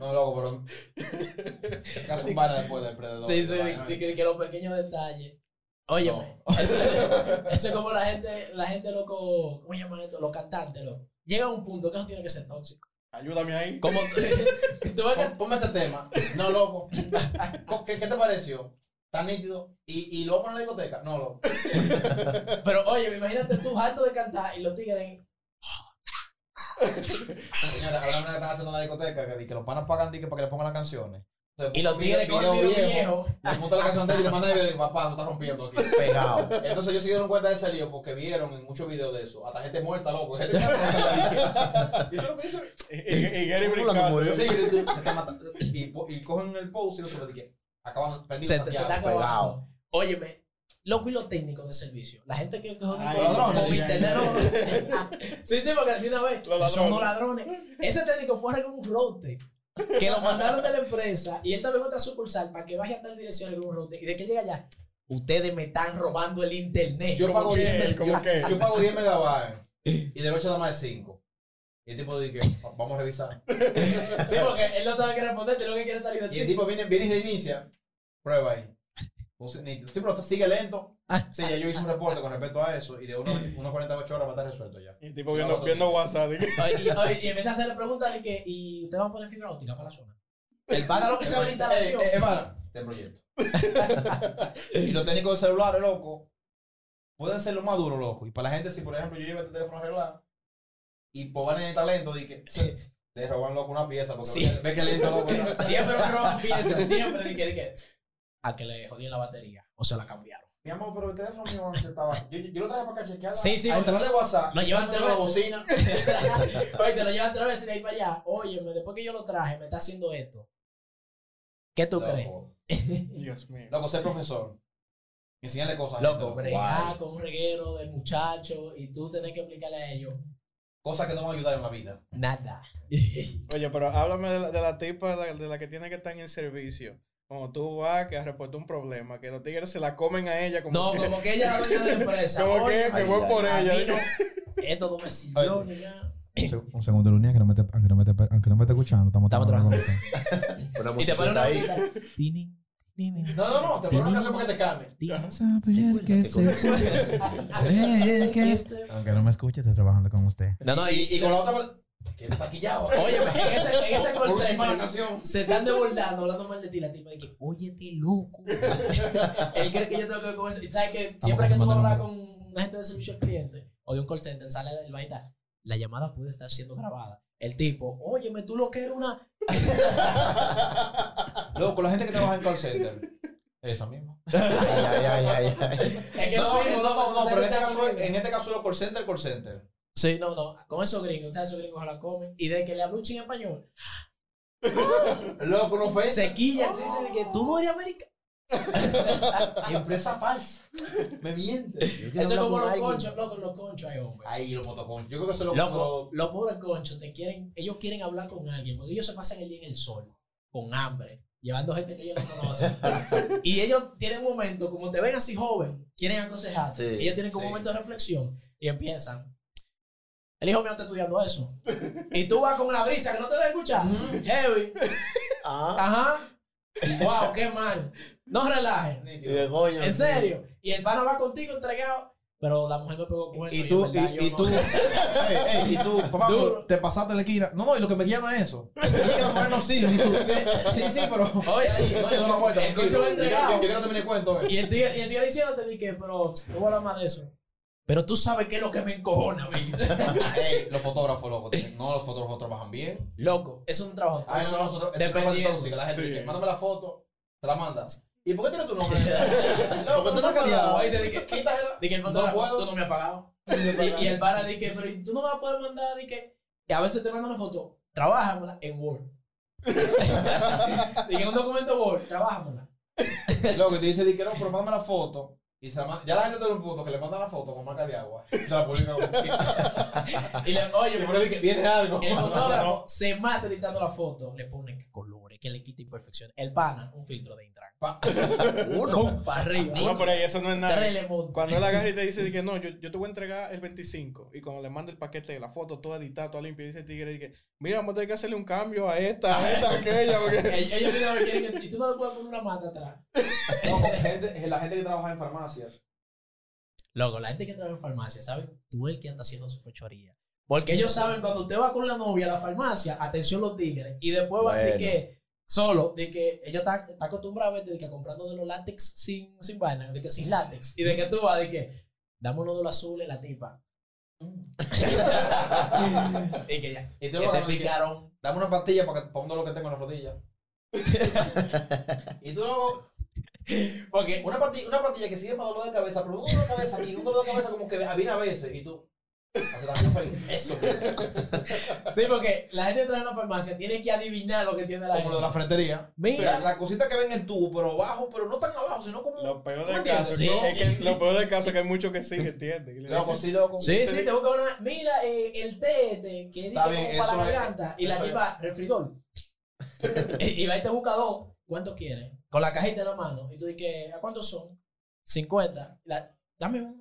[SPEAKER 1] No, loco, pero... Casi un pana después del predador.
[SPEAKER 2] Sí, sí,
[SPEAKER 1] de vaina.
[SPEAKER 2] de que, que los pequeños detalles. Óyeme, [LAUGHS] eso, eso es como la gente, la gente loco, ¿cómo llaman esto? Los cantantes, loco. Llega a un punto que eso tiene que ser tóxico. [LAUGHS]
[SPEAKER 4] Ayúdame ahí.
[SPEAKER 2] Como tú ves que-
[SPEAKER 1] Pon- Ponme ese tema. No, loco. Co- ¿Qué, qué te pareció? ¿Tan nítido? ¿Y, y luego en la discoteca? No, loco.
[SPEAKER 2] Pero oye, imagínate tú harto de cantar y los tigres.
[SPEAKER 1] Señores, habrá una que están haciendo en la discoteca que, di que los panas pagan di que para que le pongan las canciones. Se
[SPEAKER 2] Y los
[SPEAKER 1] pone un
[SPEAKER 2] tigres con el video viejo.
[SPEAKER 1] Le puta la canción de él y le manda el video y papá, se está rompiendo aquí. Pegado. Entonces ellos se dieron cuenta de ese lío porque vieron en muchos videos de eso. Hasta gente muerta, loco. Gente muerta. y eso es lo que hizo.
[SPEAKER 4] Y, y, y Gary
[SPEAKER 3] Fulano
[SPEAKER 4] brincando.
[SPEAKER 3] murió.
[SPEAKER 1] Sí, y- y- se está matando. Y, po- y cogen el post y lo suben. dije, Acaban perdidos.
[SPEAKER 2] Se, se está
[SPEAKER 1] Santiago.
[SPEAKER 2] acabando. Óyeme, loco y los técnicos de servicio. La gente que que jodí
[SPEAKER 4] Ay,
[SPEAKER 2] con ladrones.
[SPEAKER 1] no,
[SPEAKER 2] Con
[SPEAKER 4] ya,
[SPEAKER 2] internet. no. sí, sí, porque de una vez.
[SPEAKER 4] Los ladrones.
[SPEAKER 2] Son los ladrones. Ese técnico fue a arreglar un rote. Que lo mandaron de la empresa y él también otra sucursal para que vaya a tal dirección a arreglar un rote. Y de que llega allá, ustedes me están robando el internet.
[SPEAKER 1] Yo
[SPEAKER 4] ¿Cómo
[SPEAKER 1] pago
[SPEAKER 4] que?
[SPEAKER 1] 10.
[SPEAKER 4] ¿Cómo que?
[SPEAKER 1] Yo pago 10 megabytes y de noche nada más de 5. Y el tipo dice, vamos a revisar.
[SPEAKER 2] Sí, porque él no sabe qué responderte, lo que quiere salir de
[SPEAKER 1] Y el
[SPEAKER 2] ti.
[SPEAKER 1] tipo viene, viene y reinicia. Prueba ahí. Pues, ni- Sí, pero esto sigue lento.
[SPEAKER 2] Ah,
[SPEAKER 1] Sí, ya yo hice un reporte con respecto a eso y
[SPEAKER 2] [LAUGHS]
[SPEAKER 1] de unas unas 48 horas va a estar resuelto ya.
[SPEAKER 4] Y el tipo
[SPEAKER 1] Sí,
[SPEAKER 4] viendo,
[SPEAKER 1] vamos a
[SPEAKER 4] viendo
[SPEAKER 2] [LAUGHS]
[SPEAKER 4] WhatsApp. dije,
[SPEAKER 2] Y, y, y empecé a hacerle preguntas de que, ¿y ustedes van a poner fibra óptica para la zona? El pana lo que sabe la instalación.
[SPEAKER 1] Eh, eh, hermano, del proyecto. [LAUGHS] y los técnicos de celulares, loco, pueden ser los más duros, loco. Y para la gente, si por ejemplo yo llevo este teléfono arreglado y pues van en el talento, di que
[SPEAKER 2] Sí.
[SPEAKER 1] [LAUGHS] le roban loco una pieza porque
[SPEAKER 2] Sí.
[SPEAKER 1] ve que
[SPEAKER 2] [LAUGHS]
[SPEAKER 1] lento, loco.
[SPEAKER 2] Siempre me roban
[SPEAKER 4] [LAUGHS]
[SPEAKER 2] piezas, siempre. Dije, dije, a que le jodían la batería o se la
[SPEAKER 4] [LAUGHS]
[SPEAKER 2] cambiaron.
[SPEAKER 1] Mi amor, pero el teléfono mío antes estaba. Yo, yo, yo lo traje para acá chequeado.
[SPEAKER 2] Sí, sí.
[SPEAKER 1] A entrar de WhatsApp.
[SPEAKER 2] Lo llevan
[SPEAKER 1] de
[SPEAKER 2] tres
[SPEAKER 1] la
[SPEAKER 2] veces.
[SPEAKER 1] bocina.
[SPEAKER 2] Oye, te lo llevan otra vez y de ahí para allá. Óyeme, después que yo lo traje, me está haciendo esto. ¿Qué tú crees?
[SPEAKER 1] Loco,
[SPEAKER 4] Dios mío.
[SPEAKER 1] loco, ser profesor. Enseñarle cosas. a gente,
[SPEAKER 2] Loco, bregar
[SPEAKER 3] guay.
[SPEAKER 2] con un reguero de muchachos y tú tenés que explicarle a ellos
[SPEAKER 1] Cosas que no van a ayudar en la vida.
[SPEAKER 2] nada. [LAUGHS]
[SPEAKER 4] Oye, pero háblame de la, de la tipa, de la, de la que tiene que estar en el servicio. Cuando tú vas, que reportó un problema, que los tigres se la comen a ella como
[SPEAKER 2] No,
[SPEAKER 4] que,
[SPEAKER 2] como que ella es la dueña de la empresa.
[SPEAKER 4] como que
[SPEAKER 2] Oye,
[SPEAKER 4] te
[SPEAKER 3] Ay,
[SPEAKER 4] voy
[SPEAKER 3] ay,
[SPEAKER 4] por
[SPEAKER 2] a
[SPEAKER 4] ella.
[SPEAKER 2] mí
[SPEAKER 4] dije.
[SPEAKER 2] no, esto no me sirvió. ni nada.
[SPEAKER 5] Un segundo, Lunia, que no me esté- aunque no me esté- aunque no me esté escuchando, estamos
[SPEAKER 2] Estamos
[SPEAKER 5] trabajando.
[SPEAKER 3] Una
[SPEAKER 2] Y te ponen
[SPEAKER 3] musiquita
[SPEAKER 2] una
[SPEAKER 3] ahí.
[SPEAKER 2] cosita. Tinin, tinin,
[SPEAKER 1] No, no, no. Te ponen una canción para que te calmes.
[SPEAKER 2] tinin.
[SPEAKER 5] Saber que se puede, que es- Aunque no me escuche, estoy trabajando con usted.
[SPEAKER 2] No, no,
[SPEAKER 1] Y, y con la otra, que está quillado.
[SPEAKER 2] Oye, en ese, en ese call
[SPEAKER 1] [LAUGHS] Por un chisme de la
[SPEAKER 2] center
[SPEAKER 1] canción.
[SPEAKER 2] se están devolviendo, hablando mal de ti, la tipa de que, óyete,
[SPEAKER 1] [LAUGHS]
[SPEAKER 2] loco. Él cree que yo tengo que ver con eso. Y sabes que siempre que tú
[SPEAKER 5] confirmando
[SPEAKER 2] hablas
[SPEAKER 5] el
[SPEAKER 2] con una gente de servicio al cliente o de un call center, sale el vaina, la llamada puede estar siendo grabada. El tipo, óyeme, tú lo que eres una...
[SPEAKER 1] Loco, la gente que trabaja en call center. Esa misma.
[SPEAKER 2] [LAUGHS]
[SPEAKER 3] Ay, ay, ay, ay, ay.
[SPEAKER 2] Es que
[SPEAKER 1] No, no, no, no, pero en este caso,
[SPEAKER 2] es...
[SPEAKER 1] en este caso los call center, call center.
[SPEAKER 2] Sí, no, no, con esos gringos, ¿sabes? Esos gringos se la comen. Y de que le hablo un ching en español,
[SPEAKER 1] Loco, no ofensa.
[SPEAKER 2] se quillan, se dicen de que tú no eres americano.
[SPEAKER 1] Empresa falsa. Me miente.
[SPEAKER 3] Yo quiero
[SPEAKER 2] Eso es
[SPEAKER 3] hablar
[SPEAKER 2] como
[SPEAKER 3] con
[SPEAKER 2] los
[SPEAKER 3] alguien.
[SPEAKER 2] conchos, loco, los conchos hay hombre.
[SPEAKER 1] Ahí los motoconchos. Yo creo que eso es lo
[SPEAKER 2] Loco, los pobres conchos te quieren, ellos quieren hablar con alguien, porque ellos se pasan el día en el sol, con hambre, llevando gente que ellos no
[SPEAKER 1] [LAUGHS]
[SPEAKER 2] conocen. y ellos tienen un momento, como te ven así joven, quieren aconsejarte.
[SPEAKER 3] Sí,
[SPEAKER 2] ellos tienen como
[SPEAKER 1] sí.
[SPEAKER 2] un momento de reflexión y empiezan. El hijo mío está estudiando
[SPEAKER 1] [LAUGHS]
[SPEAKER 2] eso. y tú vas con la brisa que no te da escuchar. Heavy.
[SPEAKER 3] Ah,
[SPEAKER 2] Ajá. Wow, qué mal. No relajes.
[SPEAKER 3] y de coño.
[SPEAKER 2] En serio. Y el pana va contigo entregado. Pero la mujer me pegó cuerno.
[SPEAKER 1] Y
[SPEAKER 2] en
[SPEAKER 1] tú,
[SPEAKER 2] verdad yo
[SPEAKER 1] y, y
[SPEAKER 2] no
[SPEAKER 1] tú,
[SPEAKER 2] sé.
[SPEAKER 1] Ey, ey, y tú, papá,
[SPEAKER 2] Duro.
[SPEAKER 1] pero te pasaste la esquina. No, no, y lo que me llama es eso. Y que la mujer no sirve. Y tú, sí, sí, sí, pero. [LAUGHS]
[SPEAKER 2] Oye,
[SPEAKER 1] Ahí, no, yo doy la vuelta.
[SPEAKER 2] el concho va
[SPEAKER 1] tranquilo. Yo-
[SPEAKER 2] entregado.
[SPEAKER 1] Yo quiero terminar el cuento. eh. [LAUGHS]
[SPEAKER 2] Y el día, y el día diciéndote dije, pero no voy a hablar más de eso. Pero tú sabes qué es lo que me encojona,
[SPEAKER 1] [LAUGHS]
[SPEAKER 2] mi.
[SPEAKER 1] Ey, los fotógrafos, loco. No, los fotógrafos trabajan bien.
[SPEAKER 2] Loco, es un trabajo.
[SPEAKER 1] Ah, eso
[SPEAKER 2] personal.
[SPEAKER 1] nosotros.
[SPEAKER 2] Dependiendo.
[SPEAKER 1] Dependiendo. La gente
[SPEAKER 4] Sí.
[SPEAKER 1] dice, mándame la foto, te la manda. ¿Y por qué tiene tu nombre?
[SPEAKER 2] [LAUGHS] No,
[SPEAKER 1] no,
[SPEAKER 2] pero
[SPEAKER 1] porque
[SPEAKER 2] tú
[SPEAKER 1] tú
[SPEAKER 2] no
[SPEAKER 1] no
[SPEAKER 2] has pagado.
[SPEAKER 1] has
[SPEAKER 2] Ahí te dije,
[SPEAKER 1] Quítasela.
[SPEAKER 2] Dije, el fotógrafo,
[SPEAKER 1] No puedo.
[SPEAKER 2] tú no me has pagado. Y, y el pana dije, pero ¿y tú no me la puedes mandar, dije. Y a veces te mandan la foto, trabájamela en
[SPEAKER 1] [LAUGHS]
[SPEAKER 2] Word. dije, en un documento Word, trabájamela.
[SPEAKER 1] Loco, y te dice, di que no, pero mándame la foto. Y se la manda. Ya la gente tiene un punto que le manda la foto con marca de agua. Y se la publica como
[SPEAKER 2] [LAUGHS]
[SPEAKER 1] que-
[SPEAKER 2] Y le, oye,
[SPEAKER 1] Y le
[SPEAKER 2] pero
[SPEAKER 1] pone di que viene algo. [LAUGHS]
[SPEAKER 2] El fotógrafo se mata editando la foto, le ponen que colores, que le quita imperfecciones. El pana, un filtro de Intran.
[SPEAKER 1] Pa-
[SPEAKER 2] Uno. Para arriba.
[SPEAKER 4] No, pero ahí eso no es nada.
[SPEAKER 2] Tres le monta.
[SPEAKER 4] Cuando él agarra y te dice de que no, yo, yo te voy a entregar el 25. Y cuando le manda el paquete de la foto, todo editado, todo limpio, dice el tigre, dije, mira, vamos a tener que hacerle un cambio a esta, a esta, a aquella,
[SPEAKER 2] [LAUGHS]
[SPEAKER 4] porque...
[SPEAKER 2] Ell- Ellos dicen que quieren que- y tú no le puedes poner una mata atrás.
[SPEAKER 1] No, con gente- la gente que trabaja en farmacias.
[SPEAKER 2] Loco, la gente que trabaja en farmacia, ¿sabes? Tú el que anda haciendo su fechoría. Porque ellos saben cuando usted va con la novia a la farmacia, atención los tigres, y después van de
[SPEAKER 3] Bueno.
[SPEAKER 2] que solo, de que ellos están, están acostumbrados a verte de que comprando de los látex sin, sin vaina, de que sin látex, y de que tú vas de que dame uno de los azules la tipa. [LAUGHS] y que ya,
[SPEAKER 1] Y tú
[SPEAKER 2] que
[SPEAKER 1] lo
[SPEAKER 2] te
[SPEAKER 1] vas a decir,
[SPEAKER 2] picaron.
[SPEAKER 1] dame una pastilla para, que, para poner lo que tengo en
[SPEAKER 2] [LAUGHS]
[SPEAKER 1] las rodillas. y tú luego,
[SPEAKER 2] Porque
[SPEAKER 1] una pastilla, una pastilla que sirve para dolor de cabeza, pero un dolor de cabeza aquí, un dolor de cabeza como que viene a veces. Y tú, hace la culpa y- eso, güey.
[SPEAKER 2] Sí, porque la gente entra en la farmacia, tiene que adivinar lo que tiene la
[SPEAKER 1] como lo
[SPEAKER 2] gente.
[SPEAKER 1] de la fretería. O sea,
[SPEAKER 2] Mira,
[SPEAKER 1] la cosita que ven en el tubo, pero abajo, pero no tan abajo, sino como.
[SPEAKER 4] Lo peor
[SPEAKER 1] ¿Tú
[SPEAKER 4] del
[SPEAKER 1] entiendes?
[SPEAKER 4] caso
[SPEAKER 2] Sí.
[SPEAKER 4] es que, lo peor del caso es que hay muchos que sí que entienden. Y le
[SPEAKER 1] Loco,
[SPEAKER 4] dicen,
[SPEAKER 1] sí, loco.
[SPEAKER 2] sí, sí, te busca una. Mira, eh, el té este, que es
[SPEAKER 1] Está
[SPEAKER 2] como
[SPEAKER 1] bien,
[SPEAKER 2] para
[SPEAKER 1] eso
[SPEAKER 2] la
[SPEAKER 1] es-
[SPEAKER 2] garganta y la
[SPEAKER 1] eso es.
[SPEAKER 2] lleva refridor.
[SPEAKER 1] [LAUGHS]
[SPEAKER 2] y, y va y te busca dos. ¿Cuántos quieres? Con la cajita en la mano. Y tú dices, ¿a cuántos son? 50. La- dame uno.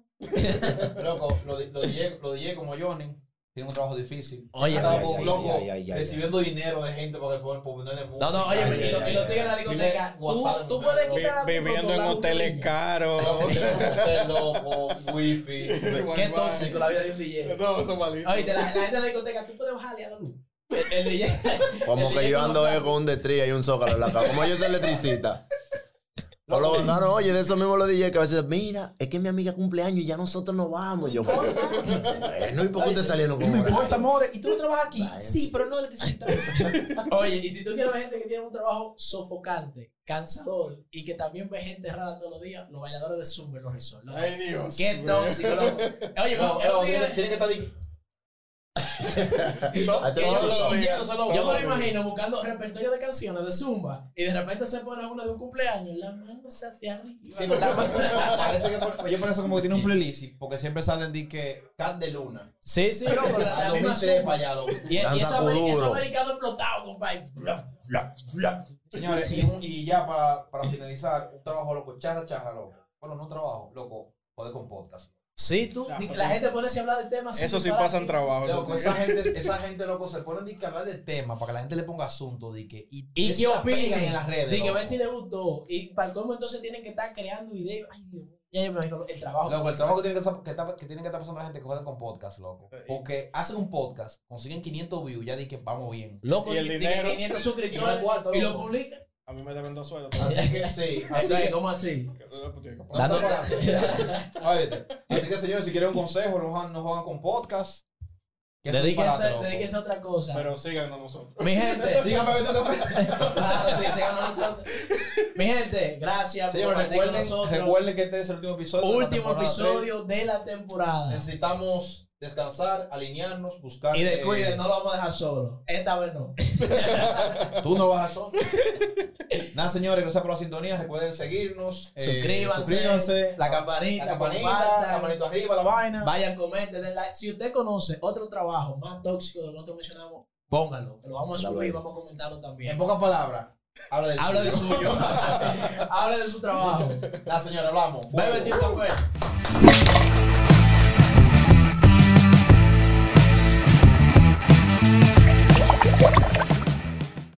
[SPEAKER 1] Loco, los di- los DJ, los DJ como Johnny tienen un trabajo difícil.
[SPEAKER 2] Oye, pues,
[SPEAKER 1] Estaba
[SPEAKER 3] ay,
[SPEAKER 1] como
[SPEAKER 3] ay,
[SPEAKER 1] loco,
[SPEAKER 3] ay, ay, ay,
[SPEAKER 1] recibiendo dinero de gente para que puedan ponerle música.
[SPEAKER 2] No, no, oye,
[SPEAKER 3] Ay,
[SPEAKER 2] y lo-
[SPEAKER 3] ay,
[SPEAKER 2] y lo
[SPEAKER 3] ay,
[SPEAKER 2] tigres en la
[SPEAKER 1] ay.
[SPEAKER 2] discoteca.
[SPEAKER 1] Vive
[SPEAKER 2] Tú,
[SPEAKER 1] WhatsApp,
[SPEAKER 2] tú puedes
[SPEAKER 1] loco.
[SPEAKER 4] "Vi-
[SPEAKER 2] quitar.
[SPEAKER 4] viviendo en hoteles caros.
[SPEAKER 1] [LAUGHS] Hotel loco, [LAUGHS] wifi.
[SPEAKER 2] Qué tóxico la vida de un DJ.
[SPEAKER 4] [LAUGHS] No, eso es malísimo.
[SPEAKER 2] Oye, la, la gente en la discoteca, tú puedes bajarle a la luz. El, el DJ.
[SPEAKER 1] [LAUGHS]
[SPEAKER 3] Como
[SPEAKER 2] El
[SPEAKER 3] que
[SPEAKER 2] DJ
[SPEAKER 3] yo
[SPEAKER 2] como
[SPEAKER 3] ando
[SPEAKER 2] tal.
[SPEAKER 3] eh, con un detría y un zócalo en la cara. Como yo soy electricista. O lo bajaron, oye, de eso mismo lo dije que a veces, mira, es que mi amiga cumpleaños y ya nosotros no vamos. Yo, bueno, ¿y por qué ustedes salieron con
[SPEAKER 1] importa, amores, ¿y tú no trabajas aquí?
[SPEAKER 3] Ay.
[SPEAKER 1] Sí, pero no electricista.
[SPEAKER 2] [LAUGHS] Oye, y si tú quieres ver gente que tiene un trabajo sofocante, cansador y que también ve gente rara todos los días, los bailadores de Zumba en los resorts. loco.
[SPEAKER 4] Ay, Dios.
[SPEAKER 2] Qué
[SPEAKER 4] güey.
[SPEAKER 2] tóxico, loco. Oye,
[SPEAKER 1] No,
[SPEAKER 2] pero
[SPEAKER 1] no, tiene tiene que estar di-
[SPEAKER 3] A
[SPEAKER 2] que
[SPEAKER 3] todo
[SPEAKER 2] yo-
[SPEAKER 3] lo-
[SPEAKER 2] yo- Yo me
[SPEAKER 4] Todo
[SPEAKER 2] lo
[SPEAKER 4] lo-
[SPEAKER 2] imagino buscando repertorio de canciones de Zumba y de repente se pone una de un cumpleaños, la mano se hacia arriba.
[SPEAKER 1] Sí,
[SPEAKER 2] la mano-
[SPEAKER 1] [LAUGHS] parece que por- yo por eso como que tiene un playlist, porque siempre salen di que Cat de Luna.
[SPEAKER 2] sí, sí, loco, la,
[SPEAKER 1] A
[SPEAKER 2] la misma
[SPEAKER 1] 2003 para
[SPEAKER 2] Zumba.
[SPEAKER 1] allá, loco.
[SPEAKER 2] Y, y
[SPEAKER 3] Danza
[SPEAKER 2] eso, ameri- eso
[SPEAKER 3] Kuduro.
[SPEAKER 2] americano explotado, compadre. Flap, flap, flap.
[SPEAKER 1] Señores, y, un- y ya para, para finalizar, un trabajo loco, charra, charra, loco. Bueno, no trabajo, loco, joder con podcast.
[SPEAKER 2] Sí, tú,
[SPEAKER 4] Ya,
[SPEAKER 2] di-
[SPEAKER 4] porque-
[SPEAKER 2] la gente pone a hablar del tema. sin
[SPEAKER 4] Eso sí
[SPEAKER 2] disparate.
[SPEAKER 4] pasan trabajo. eso
[SPEAKER 1] Loco,
[SPEAKER 4] sí.
[SPEAKER 1] esa
[SPEAKER 2] [LAUGHS]
[SPEAKER 1] gente, esa gente, loco, se ponen di que hablar de temas para que la gente le ponga asunto, di que. Y,
[SPEAKER 2] ¿Y
[SPEAKER 1] que
[SPEAKER 2] qué
[SPEAKER 1] se la
[SPEAKER 2] opinan?
[SPEAKER 1] pegan en las redes.
[SPEAKER 2] Dije, a
[SPEAKER 1] loco.
[SPEAKER 2] ver si le gustó. Y para el colmo entonces tienen que estar creando ideas. Ay, Dios. Ya yo me imagino el trabajo.
[SPEAKER 1] Loco, el trabajo que tiene que, estar- que, está- que tiene que estar pasando la gente que juega con podcast, loco. Porque hacen un podcast, consiguen 500 views, ya di que vamos bien.
[SPEAKER 2] Loco,
[SPEAKER 4] Y el
[SPEAKER 2] di- di-
[SPEAKER 4] dinero.
[SPEAKER 2] 500
[SPEAKER 1] Y
[SPEAKER 2] suscriptores
[SPEAKER 1] lo guardo,
[SPEAKER 2] y lo
[SPEAKER 1] loco.
[SPEAKER 2] publica.
[SPEAKER 4] A mí me deben dos sueldos.
[SPEAKER 1] Así
[SPEAKER 2] [LAUGHS]
[SPEAKER 1] que, sí,
[SPEAKER 2] O
[SPEAKER 1] así
[SPEAKER 2] sea,
[SPEAKER 1] que.
[SPEAKER 2] ¿Cómo así?
[SPEAKER 1] no
[SPEAKER 2] Dando- [LAUGHS]
[SPEAKER 1] está pagando. Óyete. Así que, señores, si quieren un consejo, no juegan, no juegan con podcast. que es un
[SPEAKER 2] Dedíquense,
[SPEAKER 1] disparate, loco.
[SPEAKER 2] dedíquense a otra cosa.
[SPEAKER 4] Pero sigan a nosotros.
[SPEAKER 2] Mi
[SPEAKER 1] [LAUGHS]
[SPEAKER 2] gente, sigan
[SPEAKER 1] Síganme viendo los-
[SPEAKER 2] claro, sí, sigan a nosotros. Mi gente, gracias por
[SPEAKER 1] Señores,
[SPEAKER 2] compartir con
[SPEAKER 1] recuerden,
[SPEAKER 2] nosotros.
[SPEAKER 1] recuerden que este es el último episodio. de la
[SPEAKER 2] Último
[SPEAKER 1] temporada
[SPEAKER 2] episodio de la
[SPEAKER 1] tres.
[SPEAKER 2] temporada.
[SPEAKER 1] Necesitamos descansar, alinearnos, buscar.
[SPEAKER 2] Y
[SPEAKER 1] eh,
[SPEAKER 2] descuiden, no lo vamos a dejar solo. Esta vez no.
[SPEAKER 1] Tú no vas a solo. Nada, señores, gracias por la sintonía. Recuerden seguirnos. eh,
[SPEAKER 2] Suscríbanse,
[SPEAKER 1] suscríbanse,
[SPEAKER 2] la campanita,
[SPEAKER 1] la campanita,
[SPEAKER 2] compartan.
[SPEAKER 1] la manito arriba, la vaina.
[SPEAKER 2] Vayan, comenten, den like. Si usted conoce otro trabajo más tóxico de lo que nosotros mencionamos, póngalo. Lo vamos a
[SPEAKER 3] Dale.
[SPEAKER 2] subir y vamos a comentarlo
[SPEAKER 1] En
[SPEAKER 2] también.
[SPEAKER 1] pocas palabras, habla del
[SPEAKER 2] Habla de
[SPEAKER 1] tuyo. [LAUGHS]
[SPEAKER 2] suyo. Habla de su trabajo.
[SPEAKER 1] Nada, señores, hablamos.
[SPEAKER 2] Bébete un café.